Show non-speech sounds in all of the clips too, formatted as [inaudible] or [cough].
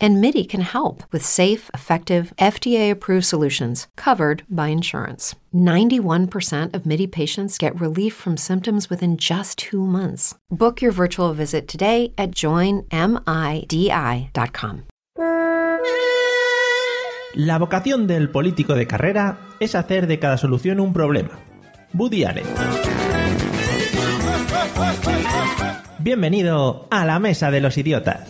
and MIDI can help with safe, effective, FDA approved solutions covered by insurance. 91% of MIDI patients get relief from symptoms within just two months. Book your virtual visit today at joinmidi.com. La vocación del político de carrera es hacer de cada solución un problema. Woody Allen. Bienvenido a la Mesa de los Idiotas.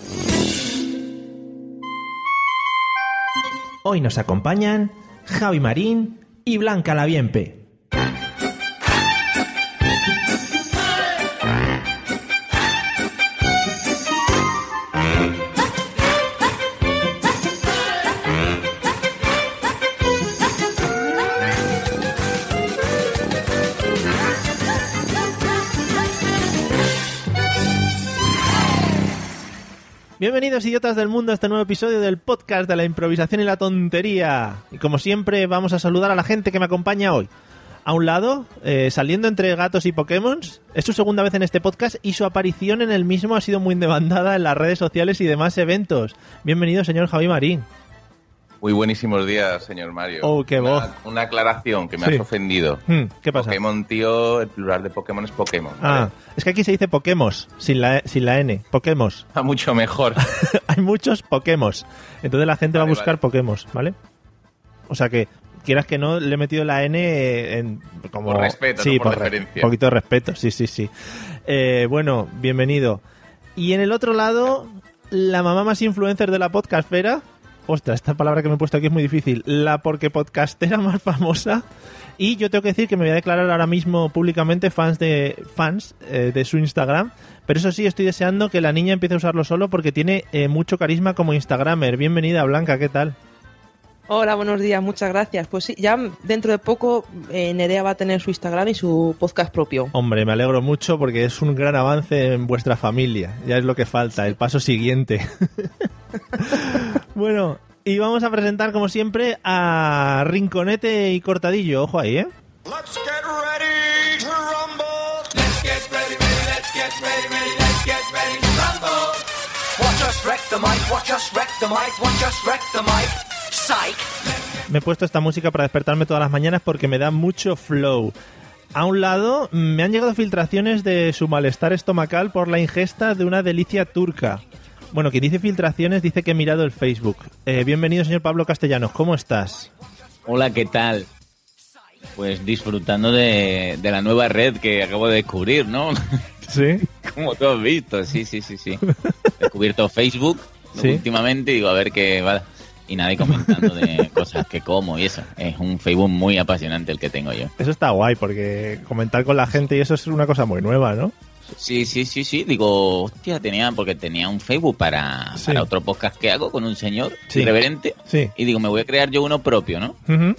Hoy nos acompañan Javi Marín y Blanca Laviempe. Bienvenidos idiotas del mundo a este nuevo episodio del podcast de la improvisación y la tontería. Y como siempre vamos a saludar a la gente que me acompaña hoy. A un lado, eh, saliendo entre gatos y Pokémon, es su segunda vez en este podcast y su aparición en el mismo ha sido muy demandada en las redes sociales y demás eventos. Bienvenido, señor Javi Marín. Muy buenísimos días, señor Mario. Oh, qué Una- voz. Una, aclaración que me Sí. has ofendido. Hmm, ¿Qué pasa? Pokémon, tío, el plural de Pokémon es Pokémon. Ah, ¿vale? es que aquí se dice Pokémos, sin la, E, sin la N. Pokémos. [laughs] Está mucho mejor. [laughs] Hay muchos Pokémos. Entonces la gente va a Vale, buscar vale. Pokémos, ¿vale? O sea que, quieras que no, le he metido la N eh, en, como... Por respeto, sí, no por re- referencia. poquito de respeto, sí, sí, sí. Eh, bueno, bienvenido. Y en el otro lado, la mamá más influencer de la podcastfera... Ostras, esta palabra que me he puesto aquí es muy difícil. La porque podcastera más famosa... Y yo tengo que decir que me voy a declarar ahora mismo públicamente fans de fans eh, de su Instagram. Pero eso sí, estoy deseando que la niña empiece a usarlo solo porque tiene eh, mucho carisma como Instagramer. Bienvenida, Blanca, ¿qué tal? Hola, buenos días, muchas gracias. Pues sí, ya dentro de poco eh, Nerea va a tener su Instagram y su podcast propio. Hombre, me alegro mucho porque es un gran avance en vuestra familia. Ya es lo que falta, el paso siguiente. [laughs] bueno, y vamos a presentar como siempre a Rinconete y Cortadillo. Ojo ahí, ¿eh? Let's get ready to rumble. Let's get ready, ready, let's get ready, ready, let's get ready to rumble. Watch us wreck the mic, watch us wreck the mic, watch us wreck the mic. Psych. Me he puesto esta música para despertarme todas las mañanas porque me da mucho flow. A un lado, mm, me han llegado filtraciones de su malestar estomacal por la ingesta de una delicia turca. Bueno, quien dice filtraciones dice que he mirado el Facebook. Eh, bienvenido, señor Pablo Castellanos, ¿cómo estás? Hola, ¿qué tal? Pues disfrutando de, de la nueva red que acabo de descubrir, ¿no? [laughs] Sí. Como tú has visto, sí, sí, sí, sí. He descubierto Facebook ¿no? Sí. últimamente, digo, a ver qué va. Y nadie comentando de cosas que como y eso. Es un Facebook muy apasionante el que tengo yo. Eso está guay, porque comentar con la gente y eso es una cosa muy nueva, ¿no? Sí, sí, sí, sí. Digo, hostia, tenía, porque tenía un Facebook para, Sí. para otro podcast que hago con un señor Sí. irreverente. Sí. Y digo, me voy a crear yo uno propio, ¿no? Ujú.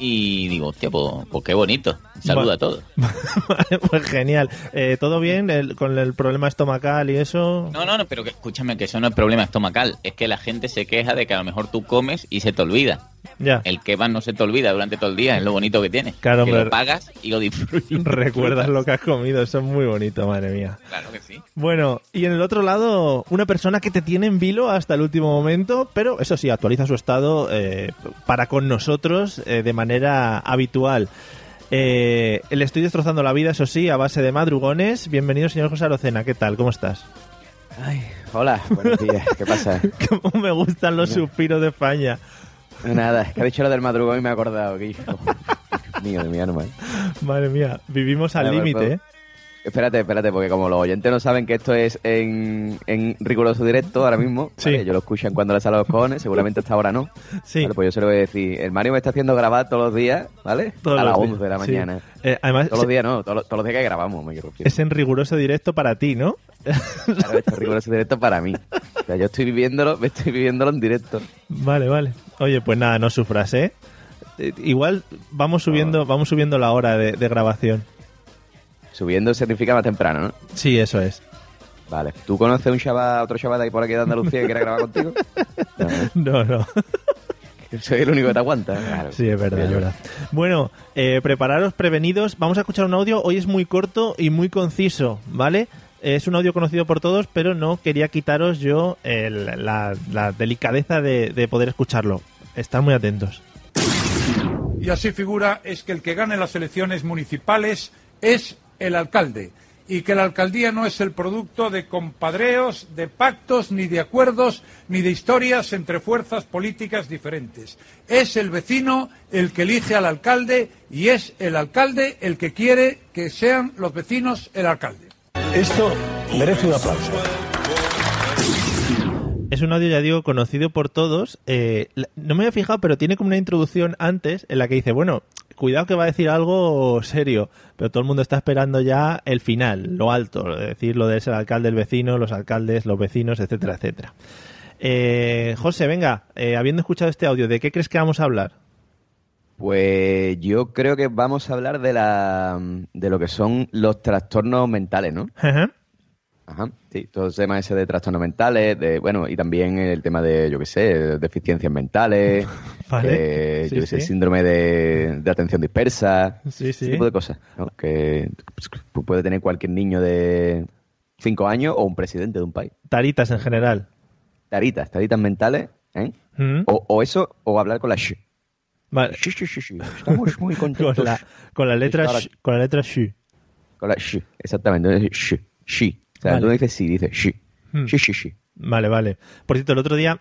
Y digo, hostia, pues, pues qué bonito. Saluda Va- a todos. Vale, pues genial. Eh, ¿Todo bien El- con el problema estomacal y eso? No, no, no, pero que- escúchame, que eso no es problema estomacal. Es que la gente se queja de que a lo mejor tú comes y se te olvida. Ya. [laughs] El kebab no se te olvida durante todo el día, es lo bonito que tiene. Claro, que hombre. lo pagas y lo disfrutas. [laughs] Recuerdas lo que has comido, eso es muy bonito, madre mía. Claro que sí. Bueno, y en el otro lado, una persona que te tiene en vilo hasta el último momento, pero eso sí, actualiza su estado eh, para con nosotros eh, de manera habitual. Eh, le estoy destrozando la vida, eso sí, a base de madrugones. Bienvenido, señor José Arocena, ¿qué tal? ¿Cómo estás? Ay, hola, buenos días, ¿qué pasa? ¿Cómo me gustan los suspiros de España? Nada, es que ha dicho lo del madrugón y me he acordado, que hijo mío de mi alma. ¿eh? Madre mía, vivimos al Vale, vale, límite, ¿eh? Espérate, espérate, porque como los oyentes no saben que esto es en, en riguroso directo ahora mismo, Sí. ¿vale? ellos lo escuchan cuando les salen los cojones, seguramente hasta ahora no. Sí. Vale, pues yo se lo voy a decir, el Mario me está haciendo grabar todos los días, ¿vale? todos a las los 11 días, de la sí. mañana. Eh, además, Todos los días no, todos, los- todos los días que grabamos, me quiero decir. es en riguroso directo para ti, ¿no? Claro, esto es riguroso directo para mí. O sea, yo estoy viviéndolo, me estoy viviéndolo en directo. Vale, vale. Oye, pues nada, no sufras, ¿eh? Eh, Igual vamos subiendo, vamos subiendo la hora de, de grabación. Subiendo significa más temprano, ¿no? Sí, eso es. [laughs] Vale. ¿Tú conoces un chaval, otro chaval de ahí por aquí de Andalucía que quiera [laughs] grabar contigo? No, ¿eh? No, no. Soy el único que te aguanta. ¿eh? Claro. Sí, es verdad, es verdad. Bueno, eh, prepararos, prevenidos. Vamos a escuchar un audio. Hoy es muy corto y muy conciso, ¿vale? Es un audio conocido por todos, pero no quería quitaros yo el- la, la delicadeza de, de poder escucharlo. Estad muy atentos. y así figura es que el que gane las elecciones municipales es el alcalde y que la alcaldía no es el producto de compadreos, de pactos, ni de acuerdos, ni de historias entre fuerzas políticas diferentes. Es el vecino el que elige al alcalde y es el alcalde el que quiere que sean los vecinos el alcalde. Esto merece un aplauso. Es un audio, ya digo, conocido por todos. Eh, la- no me había fijado, pero tiene como una introducción antes en la que dice, bueno, cuidado que va a decir algo serio, pero todo el mundo está esperando ya el final, lo alto, es decir, lo de ser alcalde, el vecino, los alcaldes, los vecinos, etcétera, etcétera. Eh, José, venga, eh, habiendo escuchado este audio, ¿de qué crees que vamos a hablar? Pues yo creo que vamos a hablar de la de lo que son los trastornos mentales, ¿no? Ajá. Ajá, sí, todo el tema ese de trastornos mentales, de, bueno, y también el tema de, yo qué sé, deficiencias mentales, [laughs] Vale. eh, Sí, yo qué sé, sí. síndrome de, de atención dispersa, Sí, sí. ese tipo de cosas, ¿no? Que pues, puede tener cualquier niño de cinco años o un presidente de un país. Taritas en general. Taritas, taritas mentales, ¿eh? ¿Mm? O, o eso, o hablar con la sh. Vale. Sh, sh, sh, sh. [laughs] Estamos muy Con contentos. la, con la letra Ahora- sh- con la letra sh. Con la sh, exactamente. es Sh, she. O sea, Vale. tú no dices sí, dices she. Hmm. She, she, she. Vale, vale. Por cierto, el otro día,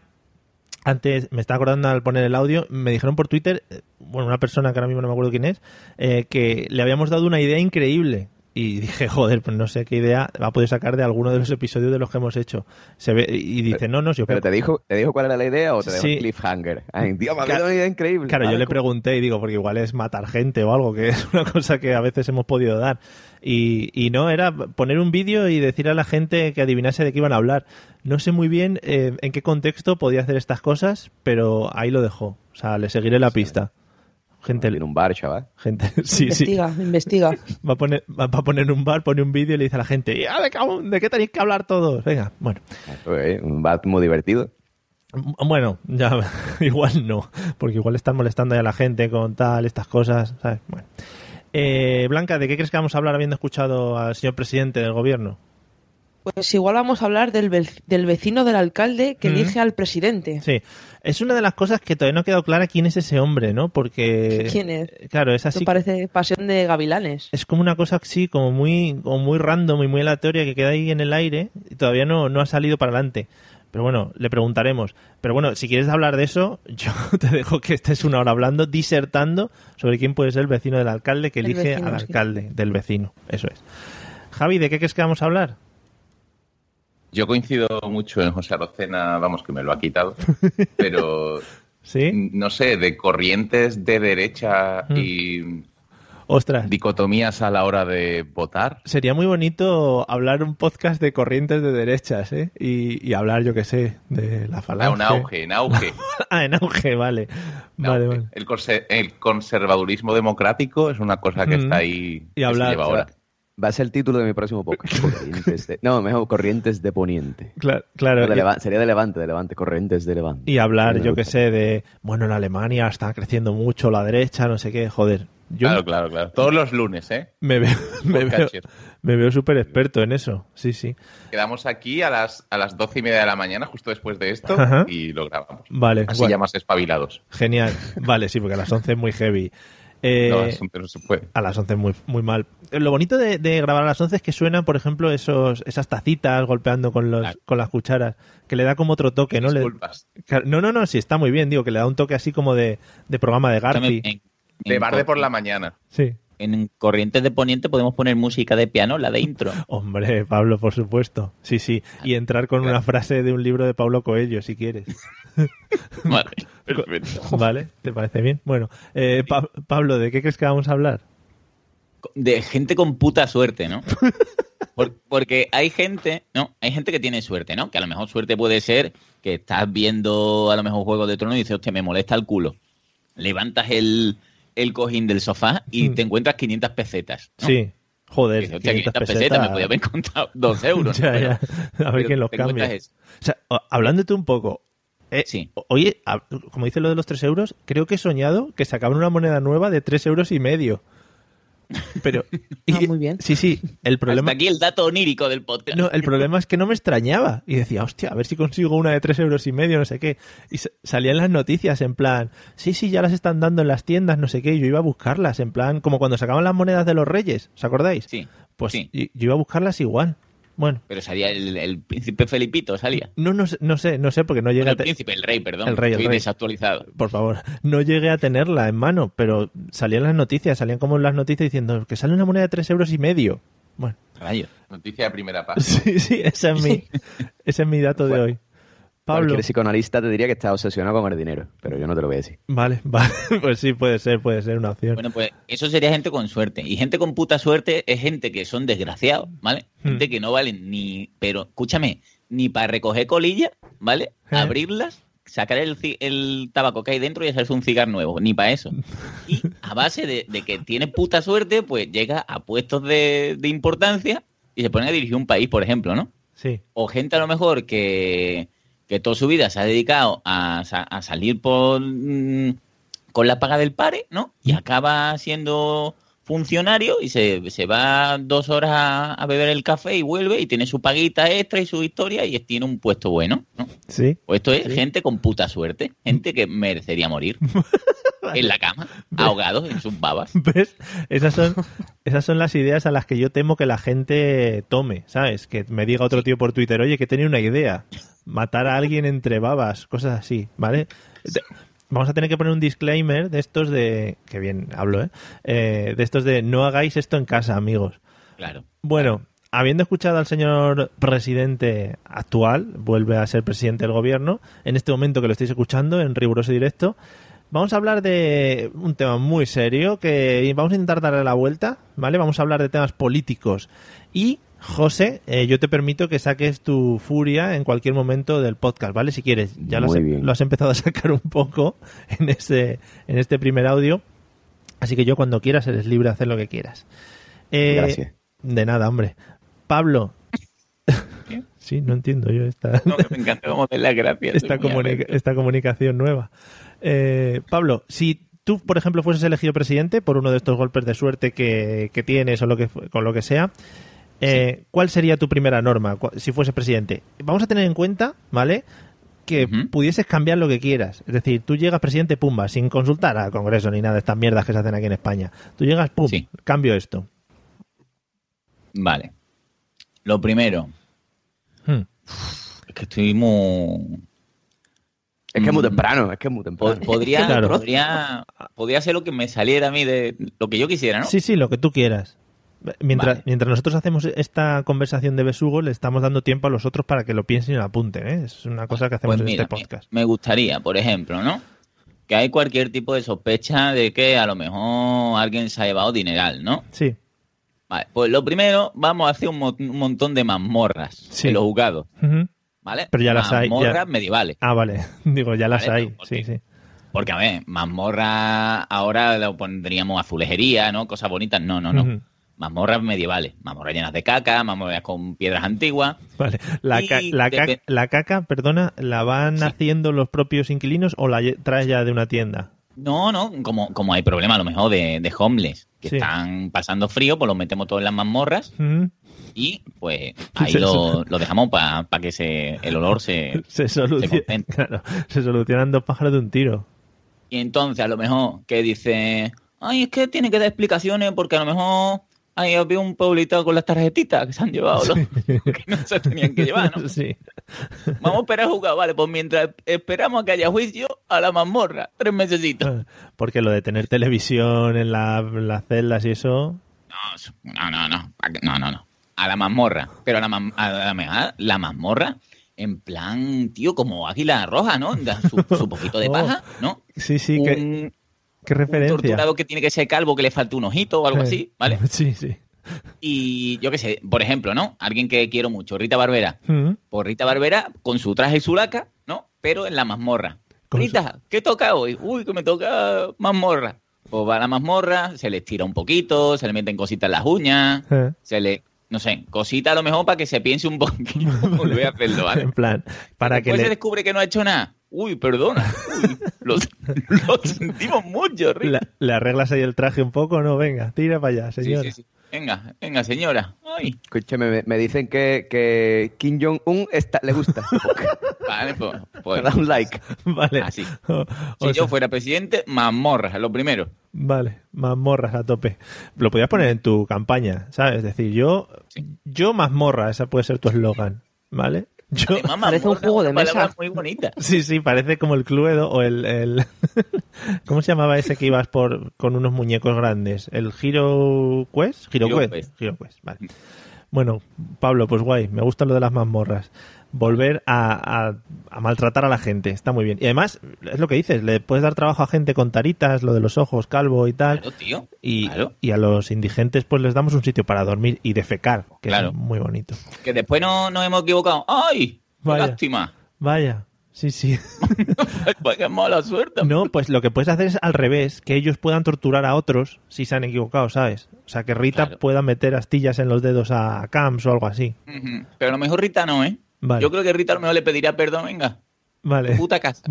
antes, me estaba acordando al poner el audio, me dijeron por Twitter, eh, bueno, una persona que ahora mismo no me acuerdo quién es, eh, que le habíamos dado una idea increíble. Y [laughs] dije, joder, pues no sé qué idea va a poder sacar de alguno de los episodios de los que hemos hecho. Se ve, y dice, no, no, si os Pero te dijo, te dijo cuál era la idea o te dejó Sí. un cliffhanger. Ay, Dios, me ha Claro- dado una idea [laughs] increíble. Claro, yo Vale, le ¿cómo? pregunté y digo, porque igual es matar gente o algo, que [laughs] es una cosa que a veces hemos podido dar. Y, y no, era poner un vídeo y decir a la gente que adivinase de qué iban a hablar. No sé muy bien eh, en qué contexto podía hacer estas cosas, pero ahí lo dejó. O sea, le seguiré la pista. Gente, En un bar, chaval. gente, [laughs] sí, sí. investiga, investiga. Va a poner, va a poner un bar, pone un vídeo y le dice a la gente, "Ya, me cago en- ¿de qué tenéis que hablar todos? Venga, bueno. Eh, Un bar muy divertido. M- Bueno, ya, [laughs] igual no, porque igual están molestando ya a la gente con tal, estas cosas, ¿sabes? Bueno. Eh, Blanca, ¿de qué crees que vamos a hablar habiendo escuchado al señor presidente del gobierno? Pues igual vamos a hablar del, vec- del vecino del alcalde que Ujú. elige al presidente. Sí, es una de las cosas que todavía no ha quedado clara quién es ese hombre, ¿no? Porque... [laughs] ¿Quién es? Claro, es Esto así. parece pasión de gavilanes. Es como una cosa así, como muy, como muy random y muy aleatoria que queda ahí en el aire y todavía no, no ha salido para adelante. Pero bueno, le preguntaremos. Pero bueno, si quieres hablar de eso, [laughs] yo te dejo que estés una hora hablando, disertando sobre quién puede ser el vecino del alcalde que El elige vecino, al sí. alcalde del vecino. Eso es. Javi, ¿de qué crees que vamos a hablar? Yo coincido mucho en José Arocena, vamos, que me lo ha quitado, [laughs] pero ¿Sí? no sé, de corrientes de derecha Mm. y Ostras. dicotomías a la hora de votar. Sería muy bonito hablar un podcast de corrientes de derechas, ¿eh? Y, y hablar, yo qué sé, de la Ah, falange. un auge, en auge. [laughs] ah, en auge, vale. en Vale, auge. vale. El, conse- el conservadurismo democrático es una cosa que Mm. está ahí. Y que se hablar, lleva o ahora. Va a ser el título de mi próximo [laughs] podcast. Corrientes de- No, mejor Corrientes de Poniente. Cla- claro. De y- Leva- Sería de Levante, de Levante. Corrientes de Levante. Y hablar, Me yo gusta. que sé, de, bueno, en Alemania está creciendo mucho la derecha, no sé qué, joder. Yo Claro, claro, claro. Todos los lunes, ¿eh? me veo, [laughs] me veo, Podcatcher. me veo súper experto en eso, sí, sí. Quedamos aquí a las, a las doce y media de la mañana, justo después de esto, Ajá. y lo grabamos. Vale, Así guay. ya más espabilados. genial. Vale, sí, porque a las 11 es muy heavy. Eh, No, eso no se puede. a las 11 es muy, muy mal. Lo bonito de, de grabar a las 11 es que suenan, por ejemplo, esos, esas tacitas golpeando con, los, Claro. con las cucharas, que le da como otro toque, ¿no? Le- Disculpas. Claro, no, no, no, sí, está muy bien, digo, que le da un toque así como de, de programa de Garfi. En- De en- bar de por la mañana. Sí. En Corrientes de Poniente podemos poner música de piano, la [laughs] de intro. Hombre, Pablo, por supuesto. Sí, sí. Y entrar con una frase de un libro de Pablo Coelho, si quieres. Vale, perfecto. ¿Vale? ¿Te parece bien? Bueno, eh, Pa- Pablo, ¿de qué crees que vamos a hablar? de gente con puta [laughs] suerte, ¿no? Por- porque hay gente, ¿no? Hay gente que tiene suerte, ¿no? Que a lo mejor suerte puede ser que estás viendo a lo mejor Juego de Tronos y dices, hostia, me molesta el culo. Levantas el, el cojín del sofá y Mm. te encuentras 500 pesetas. ¿no? Sí. Joder, Dice, hostia, 500 500 pesetas, me podía haber contado [laughs] dos euros. Ya, ¿no? Pero- [laughs] ya. A ver pero quién los te encuentras cambia. eso. O sea, o- hablándote un poco. eh, Sí. o- Oye, a- como dice lo de los 3 euros, creo que he soñado que sacaban una moneda nueva de 3 euros y medio. [laughs] Pero. Ah, y- muy bien. Sí, sí. El problema, Hasta aquí el dato onírico del podcast. [laughs] no, el problema es que no me extrañaba. Y decía, hostia, a ver si consigo una de 3 euros y medio, no sé qué. Y sa- salían las noticias en plan, sí, sí, ya las están dando en las tiendas, no sé qué. Y yo iba a buscarlas, en plan, como cuando sacaban las monedas de los reyes, ¿os acordáis? Sí, Pues sí. y- yo iba a buscarlas igual. Bueno, pero salía el, el príncipe Felipito, salía. no, no, sé- no sé, no sé, porque no llegué Bueno, a... el te- príncipe, el rey, perdón. El rey, el Estoy rey. desactualizado. por favor, [laughs] no llegué a tenerla en mano, pero salían las noticias, salían como en las noticias diciendo que sale una moneda de tres euros y medio. Bueno, Rayos. Noticia de primera [laughs] página. sí, sí, ese es [laughs] mi, ese es mi dato de Bueno. hoy. Pablo. Cualquier psicoanalista te diría que estás obsesionado con el dinero, pero yo no te lo voy a decir. Vale, [laughs] vale, pues sí, puede ser, puede ser una opción. Bueno, pues eso sería gente con suerte. Y gente con puta suerte es gente que son desgraciados, ¿vale? Gente Hmm. que no valen ni. Pero escúchame, ni para recoger colillas, ¿vale? Eh. Abrirlas, sacar el, ci- el tabaco que hay dentro y hacerse un cigarro nuevo, ni para eso. Y a base de, de que tienes puta suerte, pues llega a puestos de, de importancia y se ponen a dirigir un país, por ejemplo, ¿no? Sí, o gente a lo mejor que, que toda su vida se ha dedicado a, sa- a salir por, mm, con la paga del pare, ¿no? Y acaba siendo funcionario y se, se va dos horas a, a beber el café y vuelve y tiene su paguita extra y su historia y tiene un puesto bueno, ¿no? sí. O esto es gente con puta suerte, gente que merecería morir en la cama, ahogados en sus babas. ¿Ves? Esas son, esas son las ideas a las que yo temo que la gente tome, ¿sabes? Que me diga otro tío por Twitter, oye, que tenía una idea. Matar a alguien entre babas, cosas así, ¿vale? Te- Vamos a tener que poner un disclaimer de estos de... Que bien hablo, ¿eh? Eh, De estos de no hagáis esto en casa, amigos. Claro. Bueno, habiendo escuchado al señor presidente actual, vuelve a ser presidente del gobierno, en este momento que lo estáis escuchando en riguroso directo, vamos a hablar de un tema muy serio que vamos a intentar darle la vuelta, ¿vale? Vamos a hablar de temas políticos. Y, José, eh, yo te permito que saques tu furia en cualquier momento del podcast, ¿vale? Si quieres, ya lo has, em- Muy bien. lo has empezado a sacar un poco en este, en este primer audio. Así que yo cuando quieras eres libre de hacer lo que quieras. Eh, Gracias. De nada, hombre. Pablo. [laughs] sí, no entiendo yo esta, No, que me encanta cómo de las gracias. esta, soy muy comunica- alegre. esta comunicación nueva. Eh, Pablo, si tú, por ejemplo, fueses elegido presidente por uno de estos golpes de suerte que, que tienes o lo que, fu- con lo que sea, eh, ¿cuál sería tu primera norma cua- si fueses presidente? Vamos a tener en cuenta, ¿vale? Que Ujú. pudieses cambiar lo que quieras. Es decir, tú llegas presidente, pumba, sin consultar al Congreso ni nada de estas mierdas que se hacen aquí en España. Tú llegas, pum, Sí. cambio esto. Vale. Lo primero, Hmm. Es que estoy muy... Es que es muy Mm. temprano, es que es muy po- temprano. Podría, [laughs] Claro. podría, podría ser lo que me saliera a mí de lo que yo quisiera, ¿no? Sí, sí, lo que tú quieras. Mientras, Vale. mientras nosotros hacemos esta conversación de Besugo, le estamos dando tiempo a los otros para que lo piensen y lo apunten. ¿eh? Es una cosa que hacemos Pues en mira, este podcast. Me, me gustaría, por ejemplo, ¿no? Que hay cualquier tipo de sospecha de que a lo mejor alguien se ha llevado dineral, ¿no? Sí, Vale, pues lo primero, vamos a hacer un, mo- un montón de mazmorras Sí. en los juzgados, Ujú. ¿vale? Pero ya las hay, ya. Mazmorras medievales. Ah, vale. [laughs] Digo, ya las Vale, hay. no, pues Sí, porque- sí. Porque, a ver, mazmorra ahora lo pondríamos azulejería, ¿no? Cosas bonitas. No, no, no. Ujú. mazmorras medievales, mazmorras llenas de caca, mazmorras con piedras antiguas. Vale. La, Y ca- la, ca- depe- la caca, perdona, ¿la van Sí. haciendo los propios inquilinos o la lle- traes ya de una tienda? No, no, como, como hay problema a lo mejor de, de homeless que Sí. están pasando frío, pues los metemos todos en las mazmorras Ujú. y [laughs] pues ahí Sí, lo, lo dejamos para que se, el [laughs] olor se... Se, solucion- contenta. claro, se solucionan dos pájaros de un tiro. Y entonces a lo mejor que dice, ay, es que tiene que dar explicaciones porque a lo mejor hay había un pueblito con las tarjetitas que se han llevado, los- [laughs] que no se tenían que llevar, [laughs] ¿no? Sí. Vamos a esperar a jugar, vale, pues mientras esperamos a que haya juicio a la mazmorra, tres mesecitos. Porque lo de tener televisión en la- las celdas y eso, No, no, no. Pa' que- No, no, no. A la mazmorra. Pero a la, mam- a la, ma- la mazmorra, en plan, tío, como águila roja, ¿no? Da Su, su poquito [laughs] de paja, ¿no? Sí, Oh, sí, un, qué, un qué referencia. Eh, torturado que tiene que ser calvo, que le falta un ojito o algo así, ¿vale? [laughs] Sí, sí. Y yo qué sé, por ejemplo, ¿no? Alguien que quiero mucho, Rita Barbera. Mm. Por Rita Barbera, con su traje y su laca, ¿no? Pero en la mazmorra. Con su- Rita, ¿qué toca hoy? Uy, que me toca mazmorra. Pues va a la mazmorra, se le estira un poquito, se le meten cositas en las uñas, Eh. se le. No sé, cositas a lo mejor para que se piense [laughs] un poquito volver a hacerlo, ¿vale? En plan, para que Después se le, descubre que no ha hecho nada. Uy, perdona. Uy, lo, lo sentimos mucho, Rick. la- le arreglas ahí el traje un poco, ¿no? Venga, tira para allá, Sí, señor. sí, sí. Venga, venga, señora. Ay, Escúchame, me, me dicen que, que Kim Jong-un está- le [laughs] gusta. vale, pues. Me pues da un like. [laughs] Vale. Así. Si O- o sea, yo fuera presidente, mazmorras, lo primero. Vale, mazmorras a tope. Lo podías poner en tu campaña, ¿sabes? Es decir, yo, Sí. yo mazmorra, esa puede ser tu eslogan, ¿vale? [laughs] Yo, Además, Parece un mazmorra, juego de una palabra mesa. muy bonita. sí, sí, parece como el Cluedo o el, el- [laughs] ¿Cómo se llamaba ese que ibas por con unos muñecos grandes? ¿El Giro Quest? Giro Hero Quest. Quest. Hero Quest, vale. Bueno, Pablo, pues guay, me gusta lo de las mazmorras. Volver a, a- a maltratar a la gente, está muy bien. Y además, es lo que dices, le puedes dar trabajo a gente con taritas, lo de los ojos, calvo y tal. Claro, tío. Y, Claro. y a los indigentes pues les damos un sitio para dormir y defecar, que Claro. es muy bonito. Que después no nos hemos equivocado. ¡Ay! qué Vaya. Lástima. Vaya, sí, sí. Vaya mala suerte. No, pues lo que puedes hacer es al revés, que ellos puedan torturar a otros si se han equivocado, ¿sabes? O sea, que Rita Claro. pueda meter astillas en los dedos a Camps o algo así. Ujú. Pero a lo mejor Rita no, ¿eh? Vale. Yo creo que Rita a lo mejor le pedirá perdón, venga. Vale, [laughs] Puta casa.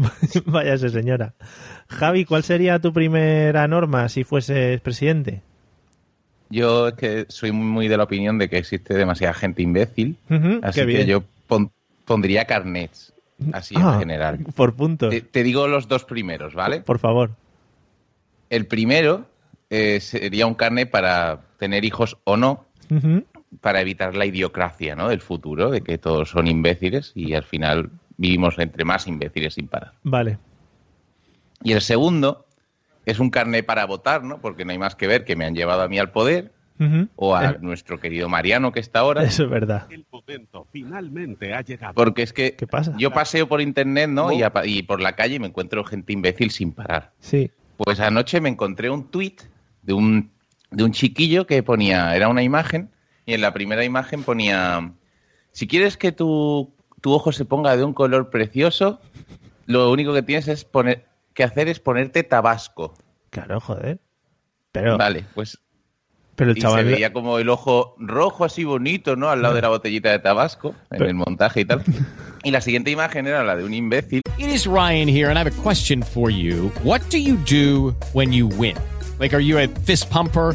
váyase señora. Javi, ¿cuál sería tu primera norma si fueses presidente? Yo es que soy muy de la opinión de que existe demasiada gente imbécil, Ujú, así qué que bien. yo pon- pondría carnets, así Ah, en general. Por puntos, Te, te digo los dos primeros, ¿vale? por favor. El primero eh, sería un carnet para tener hijos o no, Ujú, para evitar la idiocracia ¿no? del futuro, de que todos son imbéciles y al final vivimos entre más imbéciles sin parar. Vale, Y el segundo es un carné para votar, ¿no? porque no hay más que ver que me han llevado a mí al poder Ujú, o a eh, nuestro querido Mariano que está ahora. eso es verdad. El momento finalmente ha llegado. Porque es que ¿Qué pasa? yo paseo por internet ¿no? y, apa- y por la calle y me encuentro gente imbécil sin parar. Sí. Pues anoche me encontré un tuit de un, de un chiquillo que ponía, era una imagen, y en la primera imagen ponía, si quieres que tu, tu ojo se ponga de un color precioso, lo único que tienes es poner, que hacer es ponerte tabasco. Claro, joder. Pero, Vale, pues pero el y chaval. se veía como el ojo rojo así bonito, ¿no? Al lado de la botellita de tabasco, en Pero- el montaje [laughs] y tal. Y la siguiente imagen era la de un imbécil It is Ryan here, and I have a question for you. What do you do when you win? Like, are you a fist pumper?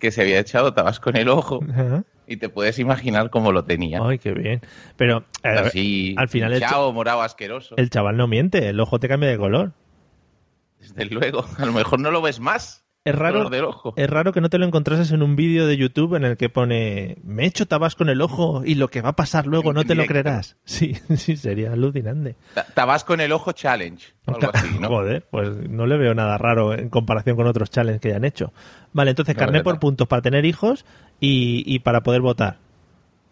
que se había echado tabasco en el ojo Ajá. y te puedes imaginar cómo lo tenía. Ay, qué bien. Pero eh, Así, al final el, cha- chao, morado asqueroso. el chaval no miente, el ojo te cambia de color. Desde luego, [laughs] a lo mejor no lo ves más. Es raro, Eh. Color del ojo. es raro que no te lo encontrases en un vídeo de YouTube en el que pone me echo tabasco en el ojo y lo que va a pasar luego En no te lo directo. creerás. [laughs] Sí, sí, sería alucinante. Ta- Tabasco en el ojo [laughs] challenge. o algo así, ¿no? Joder, pues no le veo nada raro en comparación con otros challenges que ya han hecho. Vale, entonces No, carné verdad. por puntos para tener hijos y, y para poder votar.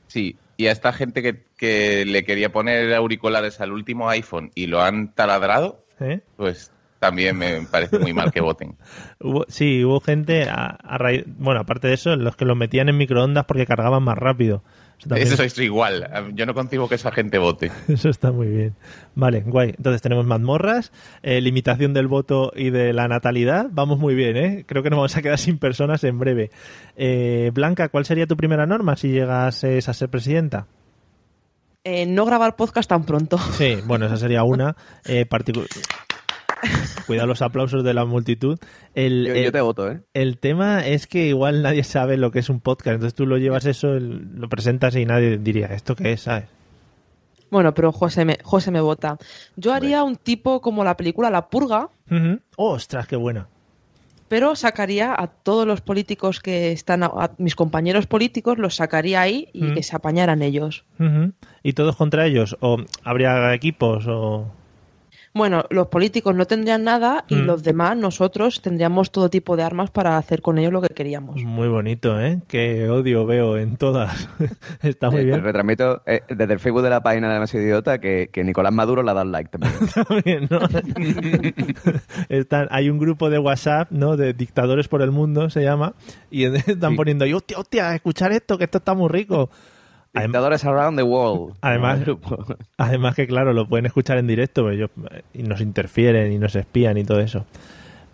Sí, y a esta gente que, que le quería poner auriculares al último iPhone y lo han taladrado, ¿eh? pues también me parece muy mal [laughs] que voten. Hubo- sí, hubo gente a, a raíz- Bueno, aparte de eso, los que los metían en microondas porque cargaban más rápido. Eso, también- Eso es igual. Yo no concibo que esa gente vote. [laughs] eso está muy bien. Vale, guay. Entonces tenemos mazmorras, eh, limitación del voto y de la natalidad. Vamos muy bien, ¿eh? Creo que nos vamos a quedar [laughs] sin personas en breve. Eh, Blanca, ¿cuál sería tu primera norma si llegases a ser presidenta? Eh, no grabar podcast tan pronto. [laughs] Sí, bueno, esa sería una. eh, particu- Cuidado los aplausos de la multitud. El, Yo- el- yo te voto, ¿eh? El tema es que igual nadie sabe lo que es un podcast. Entonces tú lo llevas eso, el- lo presentas y nadie diría, ¿esto qué es? ¿Sabes? Bueno, pero José me, José me vota. Yo haría un tipo como la película La Purga, Ujú. ¡Ostras, qué buena! pero sacaría a todos los políticos que están, a, a mis compañeros políticos, los sacaría ahí y Mm. que se apañaran ellos. Ujú. ¿Y todos contra ellos? ¿O habría equipos? o Bueno, los políticos no tendrían nada y Mm. los demás, nosotros, tendríamos todo tipo de armas para hacer con ellos lo que queríamos. Muy bonito, ¿eh? Qué odio veo en todas. [laughs] Está muy Eh, [laughs] bien. Retransmito eh, desde el Facebook de la página de Demasiado Idiota que, que Nicolás Maduro le ha dado like [laughs] también. Bien, ¿no? [laughs] Están- hay un grupo de WhatsApp, ¿no? De dictadores por el mundo, se llama. Y [laughs] están poniendo ahí, hostia, hostia, escuchar esto, que esto está muy rico. Dictadores around the world. [laughs] Además, además que claro, lo pueden escuchar en directo, pero ellos eh, y nos interfieren y nos espían y todo eso.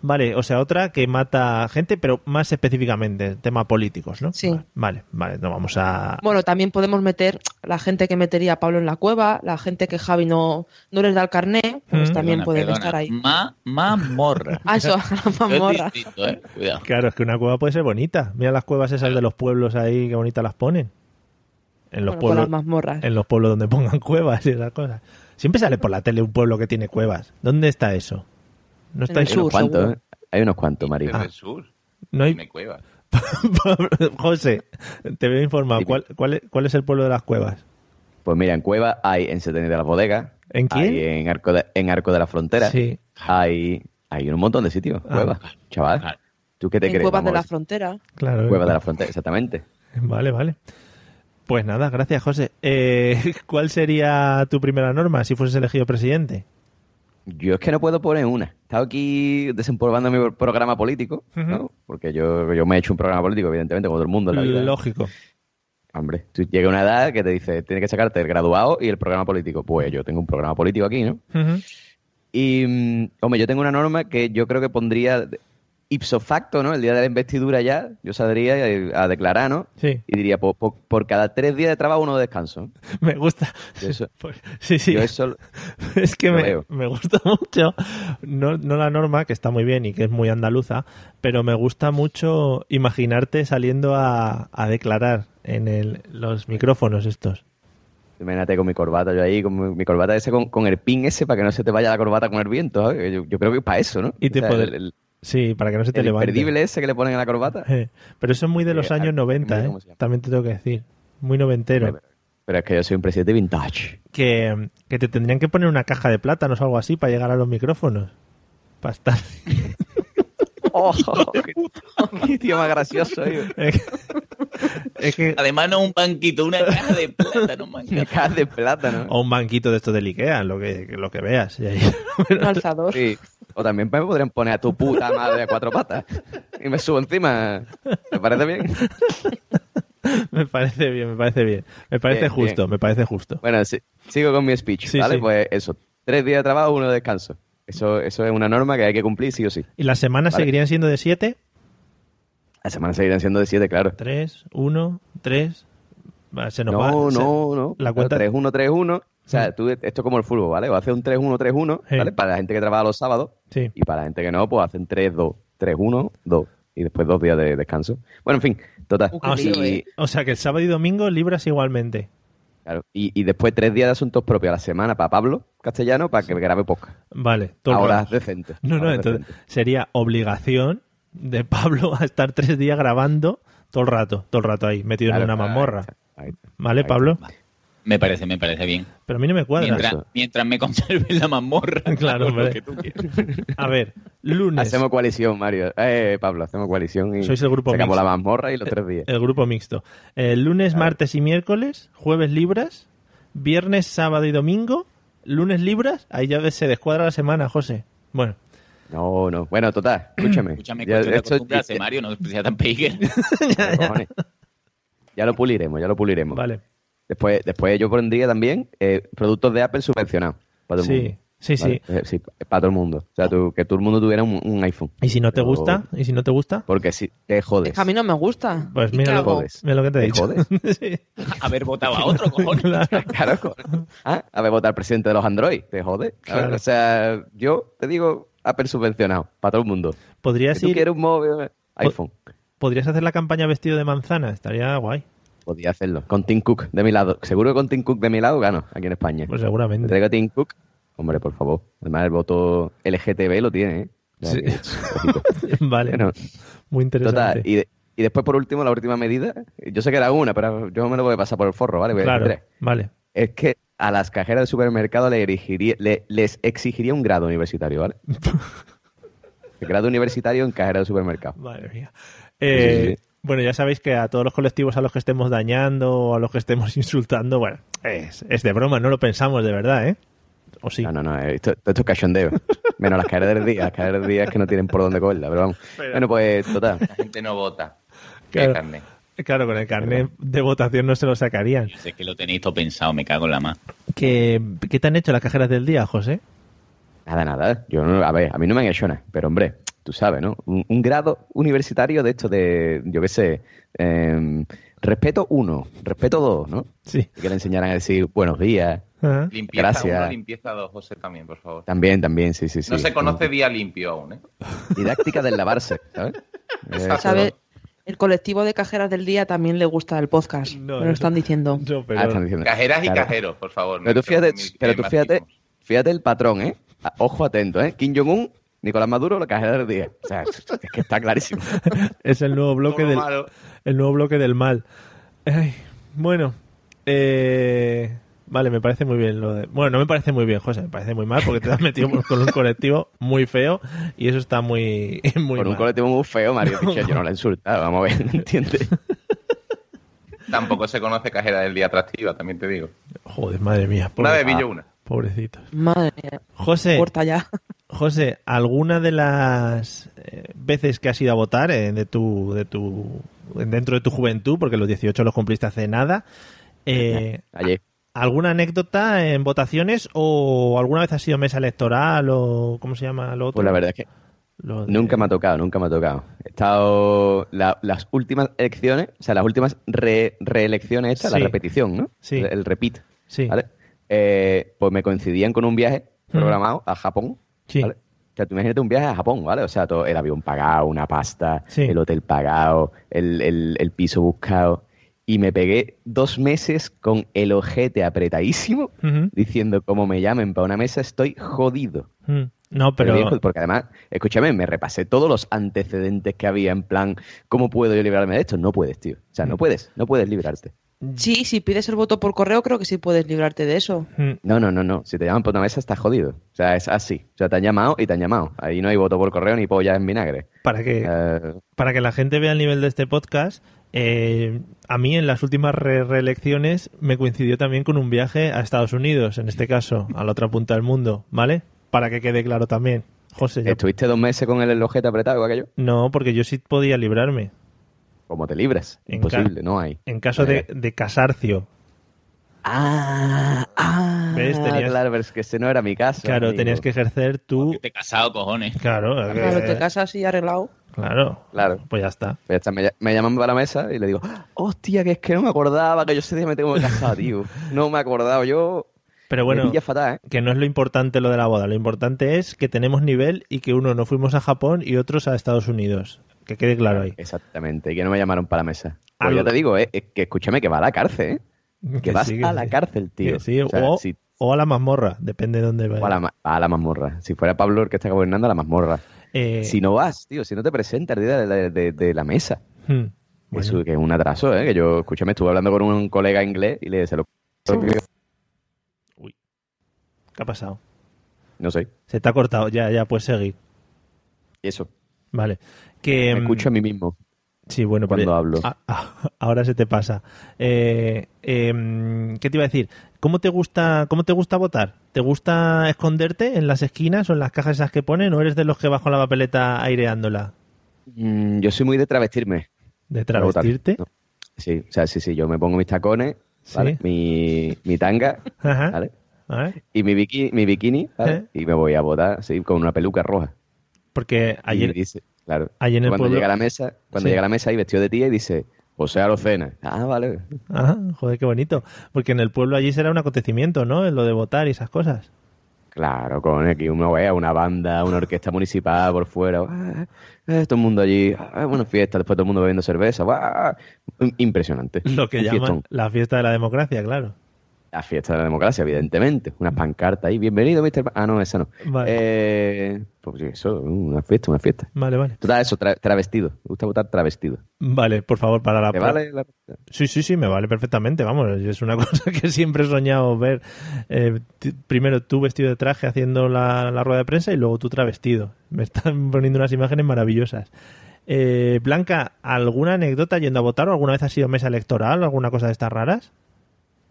Vale, o sea, otra que mata gente, pero más específicamente, tema políticos, ¿no? Sí. Vale, vale, no vamos a... Bueno, también podemos meter la gente que metería a Pablo en la cueva, la gente que Javi no, no les da el carné, pues Mm. también Perdona, pueden perdona. estar [laughs] ahí. Ma- mamorra. Ah, eso, la mamorra. Es distinto, ¿eh? Cuidado. Claro, es que una cueva puede ser bonita. Mira las cuevas esas de los pueblos ahí, qué bonitas las ponen. En los Bueno, con pueblos... las mazmorras. en los pueblos donde pongan [laughs] cuevas y esas cosas. Siempre sale por la tele un pueblo que tiene cuevas. ¿Dónde está eso? No está el eso. Hay unos Sur, cuantos, seguro. ¿eh? Hay unos cuantos, María. Desde el sur, No hay... [laughs] tiene cuevas. José, te veo informado. ¿Cuál, cuál, es- ¿Cuál es el pueblo de las cuevas? Pues mira, en Cueva hay en 70 de las bodegas. ¿En quién? Hay en Arco de, en Arco de la Frontera. Sí. Hay, hay un montón de sitios. Ah. Cuevas, chaval. claro. ¿Tú qué te en crees? cuevas de la Vamos, [laughs] frontera. Claro. Cueva de la Frontera, exactamente. Vale, vale. Pues nada, gracias, José. Eh, [laughs] ¿Cuál sería tu primera norma si fueses elegido presidente? Yo es que no puedo poner una. He estado aquí desempolvando mi programa político, ¿no? Ujú. Porque yo, yo me he hecho un programa político, evidentemente, como todo el mundo en la vida. ¿eh? Lógico. Hombre, tú llega una edad que te dice, tienes que sacarte el graduado y el programa político. Pues yo tengo un programa político aquí, ¿no? Ujú. Y, mm, hombre, yo tengo una norma que yo creo que pondría ipso facto, ¿no? El día de la investidura ya, yo saldría eh, a, a declarar, ¿no? Sí, Y diría, por, por- por cada tres días de trabajo, uno de descanso. me [laughs] gusta. Yo eso, Pues- sí, [laughs] sí. yo eso [laughs] Es que Lo me, veo. me gusta [laughs] mucho, no, no la norma, que está muy bien y que es muy andaluza, pero me gusta mucho imaginarte saliendo a, a declarar en el, los micrófonos estos. Imagínate con mi corbata yo ahí, con mi, mi corbata ese, con, con el pin ese para que no se te vaya la corbata con el viento. ¿sabes? Yo, yo creo que es para eso, ¿no? Y te poder- el, el- Sí, para que no se te el levante. imperdible ese que le ponen a la corbata. Eh, Pero eso es muy de los Eh, años al- 90, mira ¿eh? cómo se llama. También te tengo que decir. Muy noventero. Hombre, Pero es que yo soy un [laughs] presidente vintage. Que, que te tendrían que poner una caja de plátanos o algo así para llegar a los micrófonos. Para estar. [laughs] ¡Oh! qué, qué tío más gracioso! tío. es que. Además, no un banquito, una caja de plátano, man. Me cagas de plátano. O un banquito de estos del Ikea, lo que, lo que veas. y ahí- [laughs] Un alzador. Sí. O también me podrían poner a tu puta madre a cuatro patas. Y me subo encima. ¿Me parece bien? me parece bien, me parece bien. Me parece Bien, justo, me parece justo. Bueno, sí, sigo con mi speech, Sí, ¿vale? sí. Pues eso. Tres días de trabajo, uno de descanso. Eso, eso es una norma que hay que cumplir sí o sí. ¿Y las semanas Vale. seguirían siendo de 7? La semana seguirán siendo de siete, claro. 3, 1, 3. Se nos No, va. no, se- no. la cuenta- 3-1, 3-1. O sea, Mm. tú, esto es como el fútbol, ¿vale? O haces un 3-1, 3-1, Sí. ¿vale? Para la gente que trabaja los sábados. Sí. Y para la gente que no, pues hacen 3-2, 3-1, 2. Y después dos días de descanso. Bueno, en fin, total. Uh, qué Ah, o, sea, lío, y, eh. o sea que el sábado y domingo libras igualmente. claro, y, y después tres días de asuntos propios a la semana para Pablo Castellano para que grabe podcast. Vale, todo el Ahora es rato. decente. No, no, Ahora es entonces decente. sería obligación de Pablo [laughs] a estar tres días grabando todo el rato, todo el rato ahí, metido Claro, en una ahí mazmorra. está, ahí está. ¿Vale, ahí está. Pablo? Me parece, me parece bien. Pero a mí no me cuadra. Mientras, eso. mientras me conserven la mazmorra. Claro, hago lo hombre. que tú quieras. A ver, lunes, Hacemos coalición, Mario. Eh, Pablo, hacemos coalición y Sois el grupo sacamos mixto. la mazmorra y los tres días. el grupo mixto. Eh, lunes, martes y miércoles, jueves libras, viernes, sábado y domingo, lunes libras, ahí ya se descuadra la semana, José. Bueno, No, no. Bueno, total, [clears throat] escúchame. Escúchame, Ya- coño, te esto- acostumbrarse, [laughs] ya- Mario, no seas tan peiguer. Pero, cojones, Ya lo puliremos, ya lo puliremos. vale. Después, después yo pondría también eh, productos de Apple subvencionados. Para todo el Sí, mundo. sí, sí. Vale, eh, sí, para todo el mundo. O sea, tú- que todo el mundo tuviera un, un iPhone. ¿Y si no te Pero- gusta? ¿Y si no te gusta? Porque si te jodes. Es que a mí no me gusta. Pues ¿Y mira qué lo- hago? jodes. Mira lo que te he ¿Te dicho. jodes? [laughs] Sí, [laughs] Haber votado a otro, cojones. claro. Claro, co- ah, a ver, votar presidente de los Android, te jode. A ver, Claro. O sea, yo te digo, Apple subvencionado para todo el mundo. Podrías Si tú ir- quieres un móvil, iPhone. Podrías hacer la campaña vestido de manzana, estaría guay. Podría hacerlo. Con Tim Cook de mi lado. Seguro que con Tim Cook de mi lado gano aquí en España. Pues Me seguramente. traigo a Tim Cook. Hombre, por favor. Además, el voto LGTB lo tiene, ¿eh? Ya Sí. [laughs] que- [laughs] vale, Bueno, muy interesante. total. Y, de- y después, por último, la última medida. Yo sé que era una, pero yo me lo voy a pasar por el forro, ¿vale? Voy a decir claro, tres. vale. Es que a las cajeras de supermercado le erigiría- le- les exigiría un grado [laughs] universitario, ¿vale? El grado universitario en cajera de supermercado. Madre mía. Eh, Sí, sí, Bueno, ya sabéis que a todos los colectivos a los que estemos dañando o a los que estemos [laughs] insultando, bueno, es, es de broma, no lo pensamos de verdad, ¿eh? O sí. No, no, no, esto, todo esto es cachondeo. Menos las cajeras del día, las cajeras del día es que no tienen por dónde cogerla, pero vamos. Bueno, pues total. La gente no vota. Qué Claro. carne. Claro, con el carnet de votación no se lo sacarían. Sé que lo tenéis todo pensado, me cago en la mano. ¿Qué, qué te han hecho las cajeras del día, José? Nada, nada. Yo no, a ver, a mí no me han hecho nada, pero hombre, tú sabes, ¿no? Un, un grado universitario de esto de, yo qué sé, em, respeto uno, respeto dos, ¿no? Sí. [laughs] Y que le enseñaran a decir buenos días. Ajá. Limpieza Gracias. uno, limpieza dos, José, también, por favor. También, también, sí, sí, sí. no se conoce día limpio aún, ¿eh? Didáctica del lavarse, ¿sabes? Exacto. ¿sabes? ¿Sabes? El colectivo de cajeras del día también le gusta el podcast. No, me no. lo están diciendo. No, pero- Ah, están diciendo. Cajeras y Claro. cajeros, por favor. Pero no tú fíjate, interrumpir, pero tú eh, fíjate, machismos. fíjate el patrón, ¿eh? A- Ojo atento, ¿eh? Kim Jong-un, Nicolás Maduro, la cajera del día. O sea, es que está clarísimo. Es el nuevo bloque Todo del, malo. el nuevo bloque del mal. Ay, bueno, eh, vale, me parece muy bien lo de. Bueno, no me parece muy bien, José, me parece muy mal porque te has metido por- con un colectivo muy feo y eso está muy, [laughs] [laughs] muy Por un mal. colectivo muy feo, [laughs] Mario Pichel, yo no la he insultado, vamos a ver, [laughs] ¿entiendes? Tampoco se conoce cajera del día atractiva, también te digo. Joder, madre mía. Una pobre- ah, vez vi yo una. Pobrecitos. Madre mía, José, corta ya. José, ¿alguna de las eh, veces que has ido a votar eh, de tu, de tu, dentro de tu juventud, porque los 18 los cumpliste hace nada, eh, Ayer. ¿Alguna anécdota en votaciones o alguna vez ha sido mesa electoral o cómo se llama lo otro? Pues la verdad es que Lo de- nunca me ha tocado, nunca me ha tocado. He estado la- las últimas elecciones, o sea, las últimas re- reelecciones estas, Sí. la repetición, ¿no? Sí. El, el repeat, Sí. Mm. ¿vale? Eh, pues me coincidían con un viaje Ujú. programado a Japón, Sí. ¿vale? O sea, tú imagínate un viaje a Japón, ¿vale? O sea, todo el avión pagado, una pasta, Sí. el hotel pagado, el, el- el piso buscado. Y me pegué dos meses con el ojete apretadísimo, Ujú, diciendo como me llamen para una mesa, estoy jodido. ujú. No, Pero pero bien, porque además, escúchame, me repasé todos los antecedentes que había en plan, ¿cómo puedo yo librarme de esto? No puedes, tío. O sea, Mm. no puedes, no puedes librarte. Sí, si pides el voto por correo, creo que sí puedes librarte de eso. ujú, No, no, no, no. Si te llaman por una mesa, estás jodido. O sea, es así. O sea, te han llamado y te han llamado. Ahí no hay voto por correo ni pollas en vinagre. para que Eh, para que la gente vea el nivel de este podcast, eh, a mí en las últimas re- reelecciones me coincidió también con un viaje a Estados Unidos, en este caso, a la otra punta del mundo, ¿vale? Para que quede claro también. José, yo- ¿Estuviste dos meses con el ojete apretado igual que yo? no, porque yo sí podía librarme. ¿Cómo te libras? En Imposible, no hay. En caso de, de casarcio, Ah, ah. ¿Ves? Tenías- Claro, pero es que ese no era mi caso. claro, amigo. tenías que ejercer Porque tu... te he casado, cojones. Claro, Claro, te eh, casas y arreglado. claro, Claro. pues ya está. Pues ya está, me, ll- me llaman para la mesa y le digo, "Ah, hostia, que es que no me acordaba que yo ese día me tengo que casar, [laughs] tío. No me acordaba, yo... Pero bueno, Me pilla fatal, ¿eh? que no es lo importante lo de la boda. Lo importante es que tenemos nivel y que uno no fuimos a Japón y otros a Estados Unidos. Que quede claro ahí. Exactamente, y que no me llamaron para la mesa. Pues Algo- yo te digo, eh, es que escúchame, que va a la cárcel, ¿eh? Que vas sí, a la sí. cárcel, tío. Que sí, O sea, o, si- o a la mazmorra, depende de dónde o a, vayas. la, ma- a la mazmorra. Si fuera Pablo el que está gobernando, a la mazmorra. Eh, Si no vas, tío, si no te presentas el día de la, de- de la mesa. hmm, bueno, Eso que es un atraso, ¿eh? Que yo, escúchame, estuve hablando con un colega inglés y le se lo... ¿Qué ha pasado? No sé, Se te ha cortado, ya, ya puedes seguir. eso. Vale. Que, Eh, Me mm, escucho a mí mismo. Sí, bueno, pero- cuando hablo. Ah, ah, [laughs] ahora se te pasa. Eh, em, ¿Qué te iba a decir? ¿Cómo te gusta, cómo te gusta votar? ¿Te gusta esconderte en las esquinas o en las cajas esas que ponen, o eres de los que vas con la papeleta aireándola? Mm, yo soy muy de travestirme. ¿De para votar. travestirte? No. Sí, o sea, sí, sí, yo me pongo mis tacones, ¿vale? Sí. Ah. Mi, mi tanga, Ajá. ¿vale? ¿Vale? Y mi bikini, mi bikini Eh. ¿vale? Y me voy a votar, sí, con una peluca roja. Porque Y ayer, dice, claro, ayer en el cuando pueblo- llega a la mesa, cuando Sí. llega a la mesa y vestido de tía y dice, José Arocena. Ah, vale. Ajá, joder, qué bonito. Porque en el pueblo allí será un acontecimiento, ¿no? Lo de votar y esas cosas. Claro, con aquí uno ve a E, una banda, una orquesta municipal por fuera, ¡guau! Eh, todo el mundo allí, ah, bueno, fiesta, después todo el mundo bebiendo cerveza, ¡guau! impresionante. Lo que Un llaman fiestón. la fiesta de la democracia, claro. La fiesta de la democracia, evidentemente. Una pancarta ahí, bienvenido, Mr. Pa-". Ah, no, esa no. Vale. Eh, pues sí, eso, una fiesta, una fiesta. Vale, vale. Total, eso, tra- travestido. Me gusta votar travestido. Vale, por favor, para la ¿Te pro- vale la- Sí, sí, sí, me vale perfectamente, vamos, es una [laughs] cosa que siempre he soñado ver. Eh, t- primero tú vestido de traje haciendo la, la rueda de prensa y luego tú travestido. Me están [laughs] poniendo unas imágenes maravillosas. Eh, Blanca, ¿alguna anécdota yendo a votar o alguna vez has sido mesa electoral o alguna cosa de estas raras?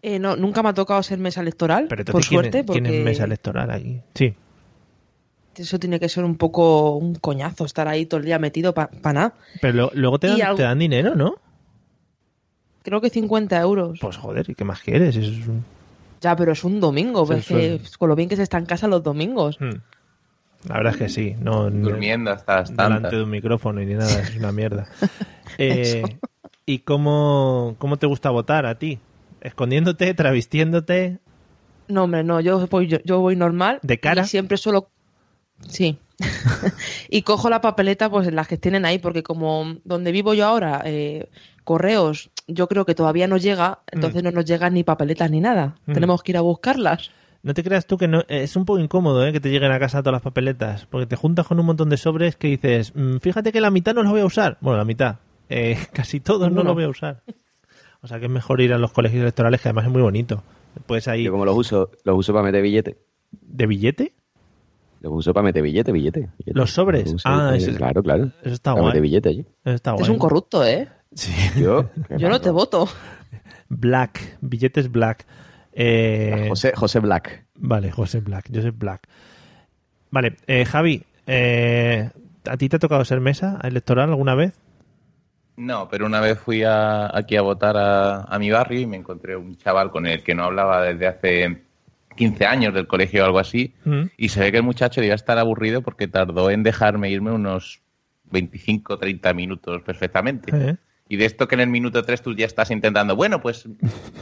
Eh, no, nunca me ha tocado ser mesa electoral, Pero por entonces, ¿quién es- suerte, ¿quién porque es mesa electoral aquí? Sí, eso tiene que ser un poco un coñazo estar ahí todo el día metido para nada. pero lo- luego te Y dan, al- te dan dinero, ¿no? Creo que 50 euros. Pues joder, ¿y qué más quieres? Eso es un- Ya, pero es un domingo, Sí, pues sí. que, pues, con lo bien que se está en casa los domingos. Hmm. La verdad es que sí, no, no- Durmiendo hasta las delante tantas. de un micrófono y ni nada, es una [laughs] mierda. Eh, ¿Y cómo, cómo te gusta votar a ti? ¿Escondiéndote, travestiéndote? No, hombre, no, yo voy, yo, yo voy normal. ¿De cara? Y siempre suelo... Sí. [laughs] y cojo la papeleta, pues las que tienen ahí, porque como donde vivo yo ahora, eh, correos, yo creo que todavía no llega, entonces no nos llegan ni papeletas ni nada. Mm. Tenemos que ir a buscarlas. No te creas tú que no, eh, es un poco incómodo ¿eh? que te lleguen a casa todas las papeletas, porque te juntas con un montón de sobres que dices, "Mm, fíjate que la mitad no los voy a usar. Bueno, la mitad, eh, [laughs] casi todos no Ninguno. los voy a usar. O sea que es mejor ir a los colegios electorales, que además es muy bonito. Puedes ahí Yo como los uso, los uso para meter billete. de billete, Los uso para meter billete, billete. billete. Los sobres. Los uso Ah, ahí, ese- claro, claro. eso está para meter guay. [laughs] billete allí. Eso está Es guay. un corrupto, ¿eh? Sí. Yo, qué Yo no te malo. voto. Black, billetes black. Eh, José, José Black. Vale, José Black, Joseph Black. Vale, eh, Javi, eh, ¿a ti te ha tocado ser mesa electoral alguna vez? No, pero una vez fui a- aquí a votar a, a mi barrio y me encontré un chaval con el que no hablaba desde hace 15 años del colegio o algo así. Mm. Y se ve que el muchacho iba a estar aburrido porque tardó en dejarme irme unos 25, 30 minutos perfectamente. Eh, Y de esto que en el minuto 3 tú ya estás intentando, [laughs] bueno, pues,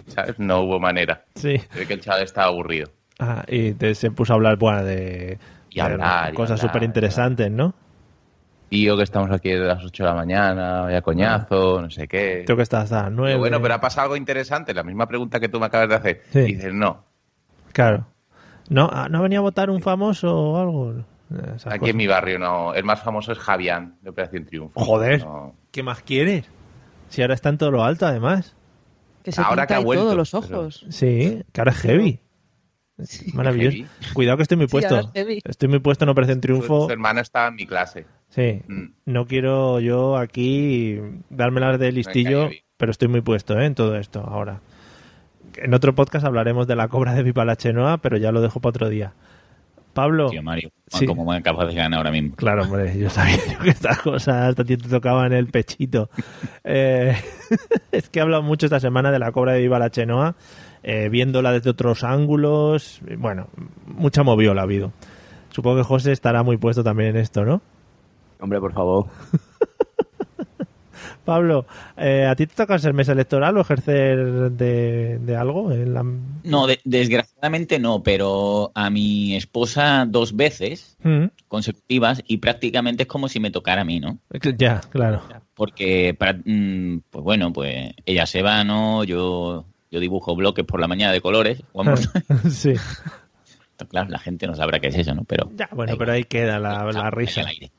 ¿sabes? No hubo manera. Sí. Se ve que el chaval estaba aburrido. Ah, y te- se puso a hablar bueno, de, Y hablar, y cosas hablar, súper interesantes, ¿no? Tío, que estamos aquí a las 8 de la mañana, vaya Ah. coñazo, no sé qué. Creo que estás hasta las nueve. Digo, bueno, pero ha pasado algo interesante, la misma pregunta que tú me acabas de hacer. Sí. Y dices, no, Claro. ¿No, ah, ¿No ha venido a votar un famoso o algo? Esas aquí cosas. en mi barrio no. El más famoso es Javián, de Operación Triunfo. Joder. No. ¿Qué más quieres? Si ahora está en todo lo alto, además. Que se Ahora pinta que ha ahí vuelto, todos los pero- ojos. Sí, que ahora es heavy. Maravilloso. Cuidado que estoy muy puesto. ahora es heavy. estoy muy puesto en Operación Su, Triunfo. su hermano estaba en mi clase. Sí, Mm. no quiero yo aquí dármelas de listillo, cayó bien. pero estoy muy puesto ¿eh? en todo esto ahora. En otro podcast hablaremos de la cobra de Pipa la Chenoa, pero ya lo dejo para otro día. Pablo, Tío, Mario, Sí. como me acabas de ganar ahora mismo. claro, hombre, yo sabía yo que estas cosas hasta a ti te tocaban el pechito. Eh, [laughs] es que he hablado mucho esta semana de la cobra de Viva la Chenoa, eh, viéndola desde otros ángulos. eh, Bueno, mucha moviola ha habido. Supongo que José estará muy puesto también en esto, ¿no? Hombre, por favor. Pablo, eh, ¿a ti te toca ser mesa electoral o ejercer de, de algo? en la- No, de- desgraciadamente no, pero a mi esposa dos veces Mm, consecutivas y prácticamente es como si me tocara a mí, ¿no? Ya, claro. Porque, para, mm, pues bueno, pues ella se va, ¿no? Yo, yo dibujo bloques por la mañana de colores. Vamos, [laughs] Ah. [laughs] sí. claro, la gente no sabrá qué es eso, ¿no? Pero Ya, bueno, pero ahí queda la, la risa. al aire.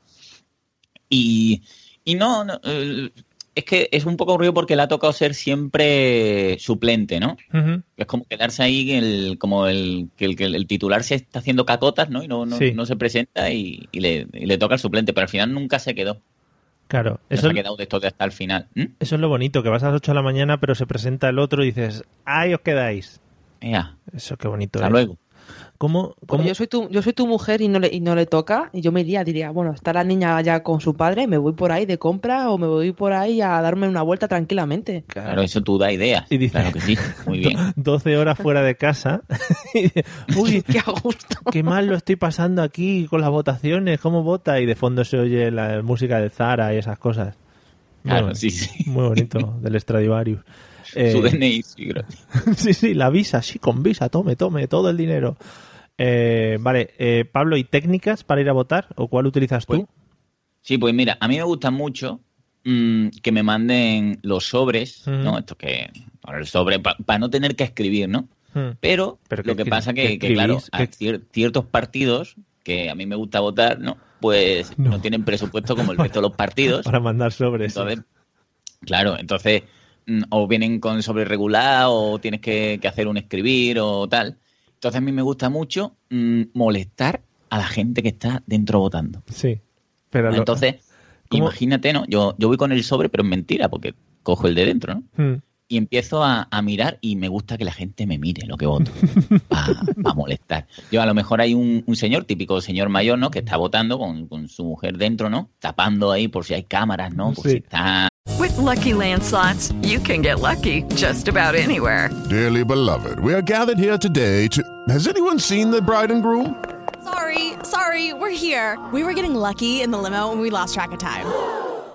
Y, y no, no, eh, es que es un poco aburrido porque le ha tocado ser siempre suplente, ¿no? Ujú, Es como quedarse ahí, el, como el que el, que el titular se está haciendo cacotas, ¿no? Y no, no, Sí. no se presenta y, y le, y le toca al suplente, pero al final nunca se quedó. Claro, No eso, se ha quedado de esto de hasta el final. ¿Mm? eso es lo bonito, que vas a las 8 de la mañana, pero se presenta el otro y dices, ahí os quedáis. Ea, Eso qué bonito. hasta es. luego. ¿Cómo, Como cómo- yo soy tu, yo soy tu mujer y no le, y no le toca, y yo me iría, diría, bueno, está la niña ya con su padre, me voy por ahí de compra o me voy por ahí a darme una [laughs] vuelta tranquilamente. Claro, eso tú da ideas. Y dice- Claro que sí, muy [laughs] bien. 12 horas fuera de casa? [laughs] y dices, Uy, Qué a gusto. qué mal lo estoy pasando aquí con las votaciones, cómo vota y de fondo se oye la música de Zara y esas cosas. Claro, Bueno, sí, sí. Muy [laughs] bonito, del Stradivarius. Eh, [laughs] Su DNI, sí, gracias. sí, sí, la visa, sí, con visa, tome, tome, todo el dinero. Eh, vale, eh, Pablo, ¿y técnicas para ir a votar? ¿O cuál utilizas tú? Sí, pues mira, a mí me gusta mucho mm, que me manden los sobres, Ujú. ¿no? Esto que. ahora El sobre, para no tener que escribir, ¿no? Hmm. Pero, Pero lo que escri- que pasa que, que que, claro, escribís, a que- cier- ciertos partidos que a mí me gusta votar, ¿no? Pues no, tienen presupuesto como [laughs] el resto de los partidos. Para mandar sobres. Entonces, claro, entonces mm, o vienen con sobre regular o tienes que, que hacer un escribir o tal. Entonces a mí me gusta mucho mm, molestar a la gente que está dentro votando. Sí. Pero lo- Entonces, ¿Cómo? imagínate, ¿no? Yo, yo voy con el sobre, pero es mentira porque cojo el de dentro, ¿no? Hmm. Y empiezo a, a mirar y me gusta que la gente me mire lo que voto. Para molestar. Yo a lo mejor hay un, un señor, típico señor mayor, ¿no? Que está votando con, con su mujer dentro, ¿no? Tapando ahí por si hay cámaras, ¿no? Por si está With Lucky Land slots, you can get lucky just about anywhere. Dearly beloved, we are gathered here today to. Has anyone seen the bride and groom? Sorry, sorry, we're here. We were getting lucky in the limo and we lost track of time.